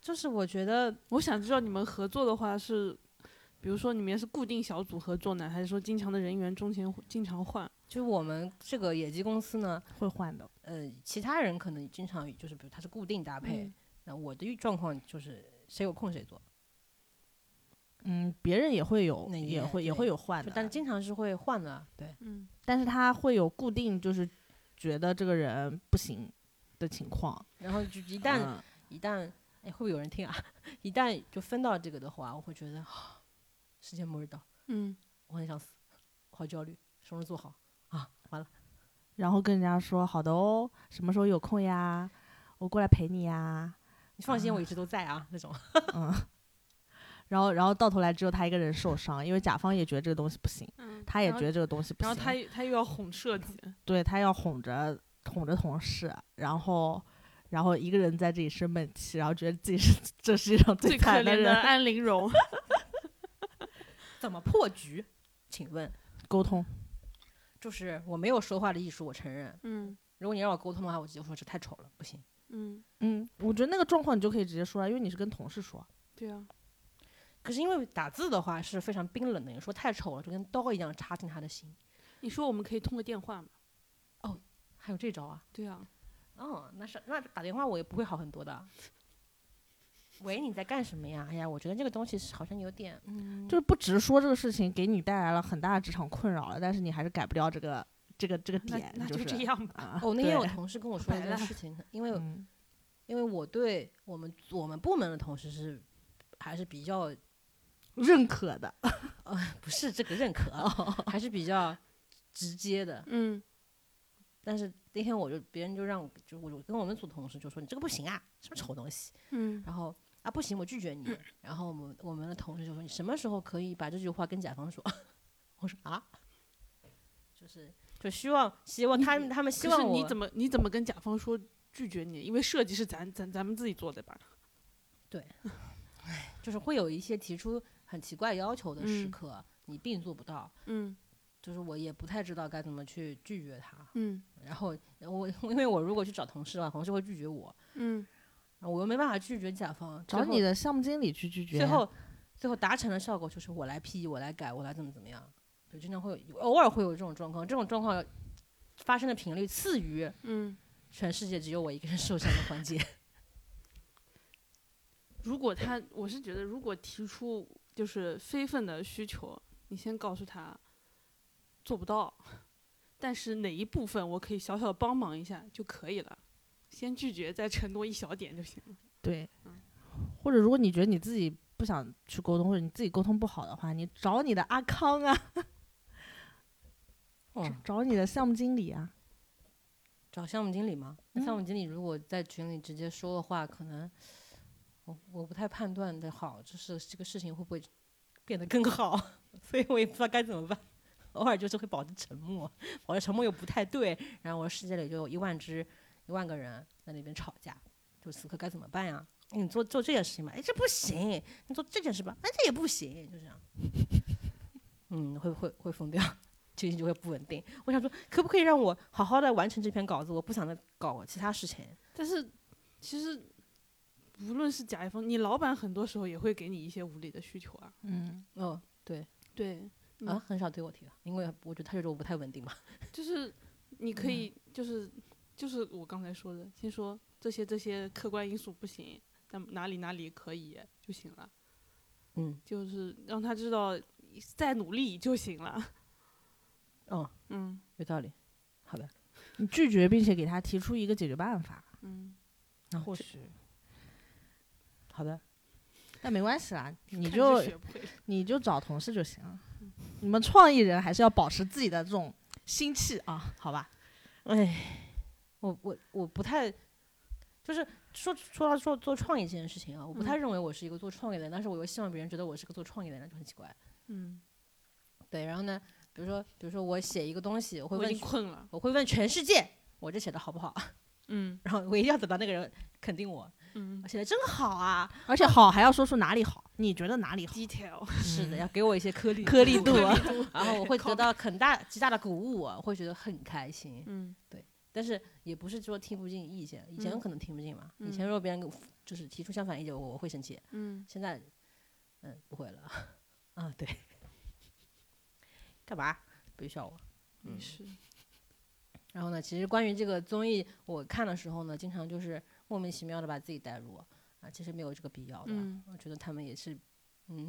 A: 就是我觉得
B: 我想知道你们合作的话是，比如说你们是固定小组合作呢，还是说经常的人员中间会经常换？
A: 就是我们这个野鸡公司呢，
C: 会换的，
A: 呃，其他人可能经常就是，比如他是固定搭配，
B: 嗯
A: 那我的状况就是谁有空谁做，
C: 嗯，别人也会有，
A: 那
C: 也
A: 也
C: 会也
A: 对
C: 会有换
A: 就
C: 的，啊
A: 但是经常是会换的，啊对，
B: 嗯，
C: 但是他会有固定，就是觉得这个人不行的情况。
A: 然后就一旦、
C: 嗯
A: 一旦哎会不会有人听啊？ 一旦就分到这个的话，我会觉得啊世界末日到，
B: 嗯，
A: 我很想死，好焦虑，什么时候做好啊？完了，
C: 然后跟人家说好的哦，什么时候有空呀？我过来陪你呀。
A: 你放心，我一直都在啊，那种。
C: 嗯，然后然后到头来只有他一个人受伤，因为甲方也觉得这个东西不行，
B: 嗯
C: 他也
B: 然后
C: 觉得这个东西不
B: 然
C: 行，
B: 后他又他又要哄设计，
C: 对他要哄着哄着同事，然后。然后一个人在这里生闷气，然后觉得自己是 这世界上
B: 最可
C: 惨
B: 怜的
C: 人。
B: 安陵容。
A: 怎么破局？请问，
C: 沟通，
A: 就是我没有说话的艺术，我承认。
B: 嗯
A: 如果你让我沟通的话，我就说这太丑了，不行。
B: 嗯，
C: 嗯，我觉得那个状况你就可以直接说了，因为你是跟同事说。
B: 对啊，
A: 可是因为打字的话是非常冰冷的，你说太丑了，就跟刀一样插进他的心。
B: 你说我们可以通个电话嘛？
A: 还有这招啊？
B: 对啊，
A: 哦，那是那打电话我也不会好很多的。喂，你在干什么呀？哎呀，我觉得这个东西是好像有点，嗯，
C: 就是不直说这个事情给你带来了很大的职场困扰了，但是你还是改不掉这个这个这个
B: 那
C: 点，
B: 那
C: 就
B: 就是这样吧。
C: 啊。
A: 哦，那天有
C: 对
A: 同事跟我说一
B: 摆
A: 件
B: 烂
A: 事 情，因为
C: 嗯
A: 因为我对我们我们部门的同事是还是比较
C: 嗯认可的，
A: 不是这个认可 啊，还是比较直接的。
B: 嗯，
A: 但是那天我就别人就让我就我就跟我们组同事就说你这个不行啊，什么丑东西。
B: 嗯，
A: 然后啊不行，我拒绝 你。然后我们我们的同事就说你什么时候可以把这句话跟甲方说？ 我说啊，就是就希望希望他们他们希
B: 可
A: 望
B: 是
A: 我
B: 你怎么你怎么跟甲方说拒绝你？因为设计是咱咱咱们自己做的吧？
A: 就是会有一些提出很奇怪要求的时
B: 嗯
A: 刻，你并做不到。
B: 嗯
A: 就是我也不太知道该怎么去拒绝他，
B: 嗯
A: 然后我因为我如果去找同事的话，同事会拒绝我，
B: 嗯
A: 然后我又没办法拒绝甲方，
C: 找
A: 最后
C: 你的项目经理去拒绝。
A: 最后最后达成的效果就是我来批，我来改，我来怎么怎么样，就经常会有偶尔会有这种状况，这种状况发生的频率次于
B: 嗯。
A: 全世界只有我一个人受伤的环节。
B: 如果他，我是觉得，如果提出就是非分的需求，你先告诉他做不到，但是哪一部分我可以小小帮忙一下就可以了，先拒绝，再承诺一小点就行了。
C: 对，或者如果你觉得你自己不想去沟通，或者你自己沟通不好的话，你找你的阿康啊，
A: 嗯，
C: 找你的项目经理啊。
A: 找项目经理吗？那项目经理如果在群里直接说的话，可能我我不太判断的好，就是这个事情会不会变得更好， 所以我也不知道该怎么办。偶尔就是会保持沉默，我的沉默又不太对，然后我的世界里就有一万只、一万个人在那边吵架，就此刻该怎么办呀？哎你做做这件事情吧，哎，这不行；你做这件事吧，哎，这也不行，就这样。 嗯，会会会疯掉，情绪就会不稳定。我想说，可不可以让我好好的完成这篇稿子？我不想再搞其他事情。
B: 但是其实无论是甲方，你老板很多时候也会给你一些无理的需求啊。
C: 嗯，
A: 哦，对
B: 对，
A: 啊
B: 嗯，
A: 很少对我提的，因为我觉得他觉得我不太稳定嘛。
B: 就是你可以，就是就是我刚才说的，先说这些这些客观因素不行，但哪里哪里可以就行了。
A: 嗯，
B: 就是让他知道再努力就行了。
A: 哦，
B: 嗯
A: 有道理。好的，
C: 你拒绝并且给他提出一个解决办法，
B: 嗯，
A: 啊
B: 或
A: 这
B: 许
A: 好的，
C: 但没关系啦，你
B: 看
C: 就
B: 学不会了。
C: 你就找同事就行了。你们创意人还是要保持自己的这种心气啊，好吧？
A: 哎，我我我不太，就是说说到说做创意这件事情啊，我不太认为我是一个做创意的人，但是我又希望别人觉得我是个做创意的人，就很奇怪。
B: 嗯，
A: 对，然后呢，比如说比如说我写一个东西，我会
B: 我已
A: 问
B: 经困了。
A: 我会问全世界，我这写的好不好？
B: 嗯
A: 然后我一定要等到那个人肯定我，
B: 嗯
A: 写的真好啊，
C: 而且好还要说出哪里好，你觉得哪里好？
B: ，detail，
A: 是的，要给我一些嗯颗粒
C: 颗粒度
A: 度，
C: 啊，
A: 然后我会得到很大极大的鼓舞，我会觉得很开心。
B: 嗯
A: 但是也不是说听不进意见，以前有
B: 嗯
A: 可能听不进嘛，以
B: 嗯
A: 前如果别人给我就是提出相反意见，我我会生气，
B: 嗯，
A: 现在嗯不会了， 啊对， 干嘛？别笑我。嗯
B: 也是，
A: 然后呢，其实关于这个综艺，我看的时候呢，经常就是莫名其妙的把自己带入啊，其实没有这个必要的。
B: 嗯
A: 我觉得他们也是， 嗯，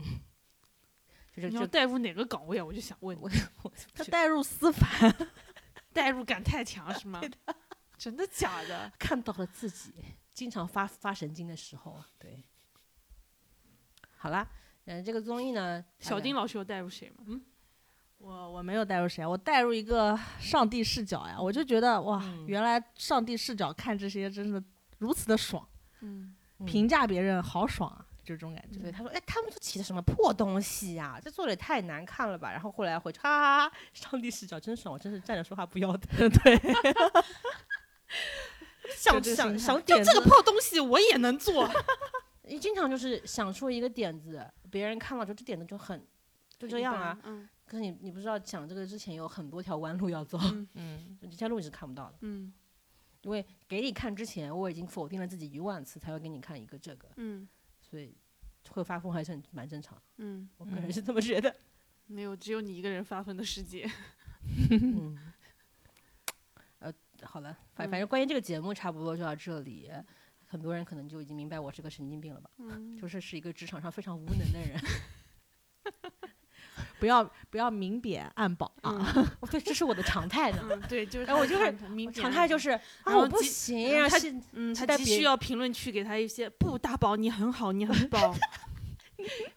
A: 就是
B: 你
A: 就
B: 要带入哪个岗位啊？我就想问你，
A: 我我
C: 他
A: 去
C: 带入司法，
B: 代入感太强是吗？真的假的？
A: 看到了自己经常发发神经的时候，对。好啦，嗯，这个综艺呢，
B: 小丁
A: 老
B: 老师有带入谁吗？嗯
C: 我我没有带入谁啊，我带入一个上帝视角呀，我就觉得哇，
A: 嗯
C: 原来上帝视角看这些真是如此的爽，
B: 嗯
C: 评价别人好爽啊，就这种感觉。
A: 对他说，哎，他们都起的什么破东西呀、这做的也太难看了吧。然后后来回去， 哈哈哈，上帝视角真爽，我真是站着说话不腰疼。对， 想
C: 这
A: 想
C: 心 态
A: 想
B: 就
A: 点
B: 这
A: 子
B: 个破东西我也能做，
A: 你经常就是想出一个点子，别人看了之后，这点子就很 就这样啊。。
B: 嗯
A: 可是你你不知道讲这个之前有很多条弯路要走，
B: 嗯
C: 嗯，
A: 这条路你是看不到的。
B: 嗯
A: 因为给你看之前，我已经否定了自己一万次，才会给你看一个这个，
B: 嗯
A: 所以会发疯还是很蛮正常的。
B: 嗯，
A: 我个人是这么觉得。
B: 没有，只有你一个人发疯的世 界。
A: 嗯，呃，好了，
B: 嗯
A: 反反正关于这个节目差不多就到这里。很多人可能就已经明白我是个神经病了吧，
B: 嗯
A: 就是是一个职场上非常无能的 人。
C: 不要不要明贬暗褒啊，
A: 我对，这是我的常态呢。
B: 嗯，对，就是
A: 哎我就是
B: 明
A: 常态就是啊，
B: 嗯然
A: 我
B: 后
A: 不
B: 即
A: 行啊，
B: 他
A: 是
B: 嗯，他
A: 期待
B: 急
A: 别
B: 需要评论区给他一些不大宝，你很好，你很棒，
A: 啊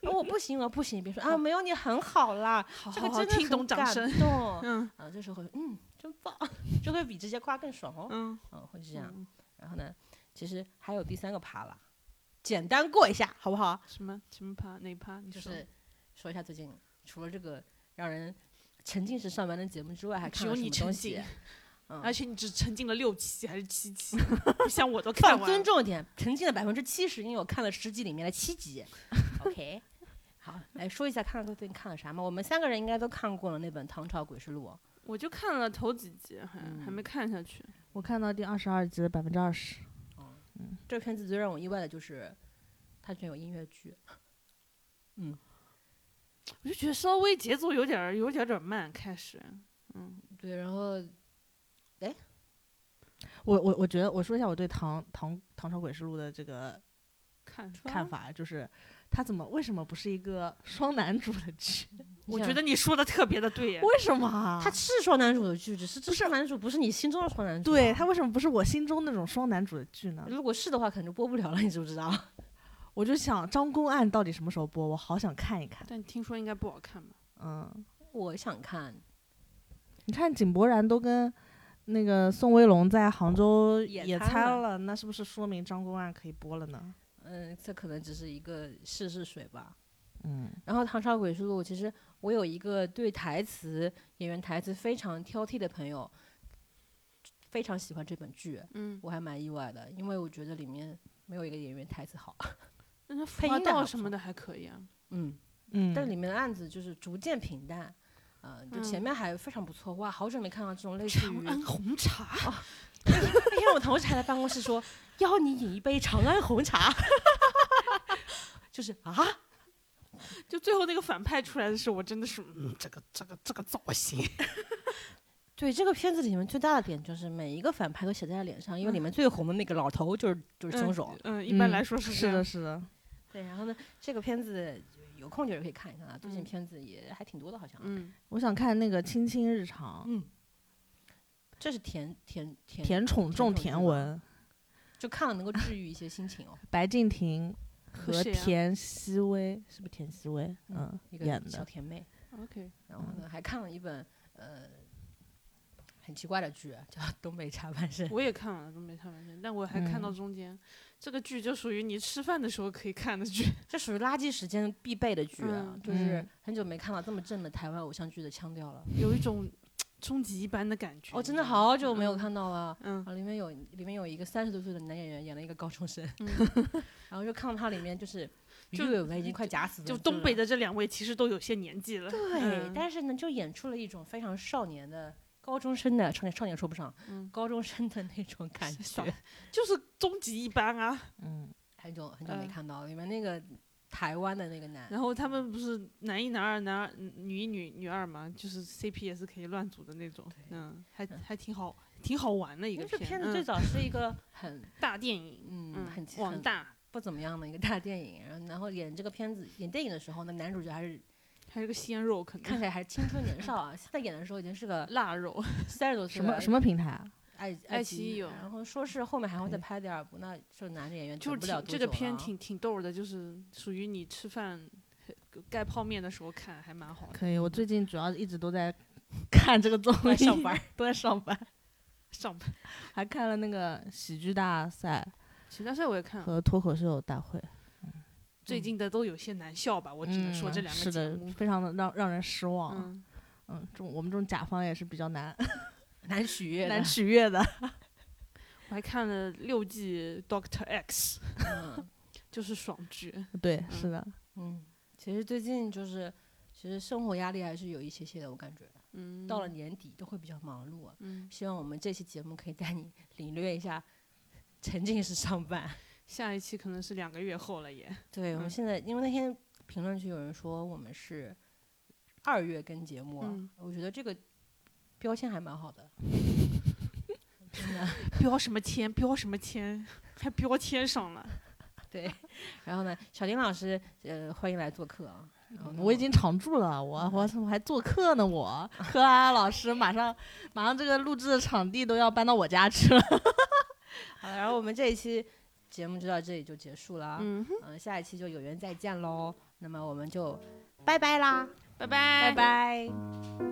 A: 我不行，我不行，别说啊，没有你很好啦，
B: 好
A: 这
B: 好
A: 个
B: 好，
A: 真的
B: 听
A: 很
B: 懂掌
A: 感
B: 声。
A: 动。
B: 嗯
A: 啊，这时候会嗯，真棒， 就会比直接夸更爽哦。
B: 嗯，
A: 嗯，会是这样。然后呢，其实还有第三个趴啦，简单过一下好不好？
B: 什么什么趴哪趴？你
A: 就
B: 说
A: 是说一下最近除了这个让人沉浸式上班的节目之外，还
B: 只
A: 看
B: 有
A: 了什
B: 你
A: 么东
B: 沉
A: 西
B: 浸？，
A: 嗯
B: 而且你只沉浸了六期还是七期， 不像我都看
A: 放
B: 完
A: 尊
B: 了。
A: 重一点，沉浸了百分之七十，因为我看了十集里面的七集。OK，好， 来说一下看了最近看了啥嘛？我们三个人应该都看过了那本《唐朝诡事录》。
B: 我就看了头几集，还还
A: 嗯
B: 没看下去。
C: 我看到第二十二集的百分之二十，
A: 这片子最让我意外的就是，它居然有音乐剧。
B: 我就觉得稍微节奏有点儿有点儿点儿慢，开始，嗯
A: 对，然后
C: 我我我觉得我说一下我对唐唐唐朝诡事录的这个
B: 看出来
C: 看。法，啊就是他怎么为什么不是一个双男主的剧？
B: 我觉得你说的特别的对耶，
C: 为什么啊？
A: 它是双男主的剧，只是这双男主不是你心中的双男主啊。
C: 对他为什么不是我心中那种双男主的剧呢？
A: 如果是的话，可能就播不了了，你知不知道？
C: 我就想张公案到底什么时候播？我好想看一看。
B: 但听说应该不好看吧？
C: 嗯，
A: 我想看，
C: 你看井柏然都跟那个宋威龙在杭州
A: 野
C: 野
A: 餐
C: 餐了，那是不是说明张公案可以播了呢？
A: 嗯，这可能只是一个试试水吧。
C: 嗯，
A: 然后《唐朝诡事录》，其实我有一个对台词演员台词非常挑剔的朋友，非常喜欢这本剧，
B: 嗯，
A: 我还蛮意外的，因为我觉得里面没有一个演员台词好。
B: 那它服
A: 配
B: 化
A: 音的还
B: 道
A: 不
B: 什么的还可以啊。
A: 嗯，
C: 嗯，
A: 但里面的案子就是逐渐平淡，呃，就前面还非常不错，哇，好久没看到这种类似于
B: 长。安红茶，
A: 那天我同事还在办公室说，邀你饮一杯长安红茶， 就是啊，
B: 就最后那个反派出来的时候，我真的是，嗯，这个这个这个造型，
A: 对，这个片子里面最大的点就是每一个反派都写在他脸上，因为里面最红的那个老头就是就是凶手。
B: 嗯，一般
C: 嗯
B: 来说是这
C: 是
B: 样
C: 的，，是的，
A: 对，然后呢，这个片子有空就是可以看一看啊，最近
B: 嗯
A: 片子也还挺多的，好像。
B: 嗯，
C: 我想看那个《卿卿日常》
A: 嗯，这是甜甜甜，
C: 甜宠
A: 嗯
C: 重
A: 宠剧吧
C: 甜文，
A: 就看了能够治愈一些心情哦。
C: 白敬亭
B: 和
C: 和
B: 谁啊
C: 田曦薇是不是田曦薇？
A: 嗯
C: 嗯，
A: 一
C: 演
A: 个小
C: 的。
A: 甜妹，
B: ，OK，
A: 然后呢还看了一本呃很奇怪的剧，啊叫《东北茶半生》。
B: 我也看完了《东北看完身》，但我还看到中间，这个剧就属于你吃饭的时候可以看的剧，
A: 这属于垃圾时间必备的剧啊，
B: 嗯
A: 就是
C: 嗯
A: 很久没看到这么正的台湾偶像剧的腔调了。
B: 有一种终极一班哦的感觉。
A: 我真的
B: 你知道吗
A: 好久没有看到了。
B: 嗯，
A: 啊，里面有里面有一个三十多岁的男演员演了一个高中生，然后就看到他里面 就是鱼
B: 嗯就
A: 尾纹已经快夹死
B: 嗯就
A: 了
B: 东北的这两位其实都有些年纪了。
A: 对，
B: 嗯
A: 但是呢，就演出了一种非常少年的高中生的少年少年说不上，
B: 嗯
A: 高中生的那种感
B: 少
A: 觉，
B: 就是终极一班 啊。
C: 嗯，
A: 很久很久没
B: 嗯
A: 看到了。里面那个台湾的那个男，
B: 然后他们不是男一、男二、男二、嗯女一、女女二嘛，就是 CP 也是可以乱组的那种。嗯，还
A: 嗯
B: 还挺好，挺好玩的一
A: 因
B: 个
A: 为这片子
B: 嗯
A: 最早是一个很
B: 大电影，
A: 嗯很
B: 网
A: 很
B: 大，
A: 不怎么样的一个大电影，然后然后演这个片子演电影的时候呢，男主角还是
B: 还是个鲜肉，可
A: 看
B: 能
A: 起来还是青春年少啊，现在演的时候已经是个
B: 腊肉。
A: 三十多岁
C: 什么
A: 了
C: 什么平台啊？
A: 爱
B: 爱奇
A: 奇
B: 艺有
A: 然后说是后面还会再
C: 可以
A: 拍第二部，那这男的演员
B: 就
A: 等
B: 是
A: 不了
B: 挺
A: 多
B: 这个
A: 久了
B: 片
A: 啊
B: 挺挺逗的，就是属于你吃饭盖泡面的时候看，还蛮好的。
C: 可以，我最近主要一直都在 看这个综
A: 都在
C: 艺，
A: 上班，
C: 都在上班，
B: 上班，
C: 还看了那个喜剧大赛
B: 其他赛我也看
A: 嗯
B: 了，
C: 和脱口秀大会。
B: 最近的都有些难笑吧，我只能
A: 嗯
B: 说这两个
C: 是
B: 节
C: 的
B: 目，。
C: 非常的让让人失望。嗯，
B: 嗯，
C: 这种我们这种甲方也是比较 难
A: 难取悦的
C: 难取悦的。
B: 我还看了六季 Doctor X，
A: 嗯
B: 就是爽剧。
C: 对，
B: 嗯
C: 是的，
A: 嗯，其实最近就是，其实生活压力还是有一些些的，我感觉
B: 嗯，
A: 到了年底都会比较忙碌啊。
B: 嗯，
A: 希望我们这期节目可以带你领略一下沉浸式上班。
B: 下一期可能是两个月后了也。
A: 对我们
B: 嗯
A: 现在，因为那天评论区有人说我们是二月更节目啊，
B: 嗯
A: 我觉得这个标签还蛮好的。真的，
B: 标什么签？标什么签？还标签上了。
A: 对，然后呢，小丁老师，呃，欢迎来做客啊。然
B: 嗯
A: 后呢
C: 我已经常驻了，我我怎么还做客呢？我柯安安老师马上马上这个录制的场地都要搬到我家去了。
A: 好了，然后我们这一期节目就到这里就结束了啊。
B: 嗯，
A: 嗯，下一期就有缘再见喽。那么我们就拜拜啦，
B: 拜拜
A: 拜。拜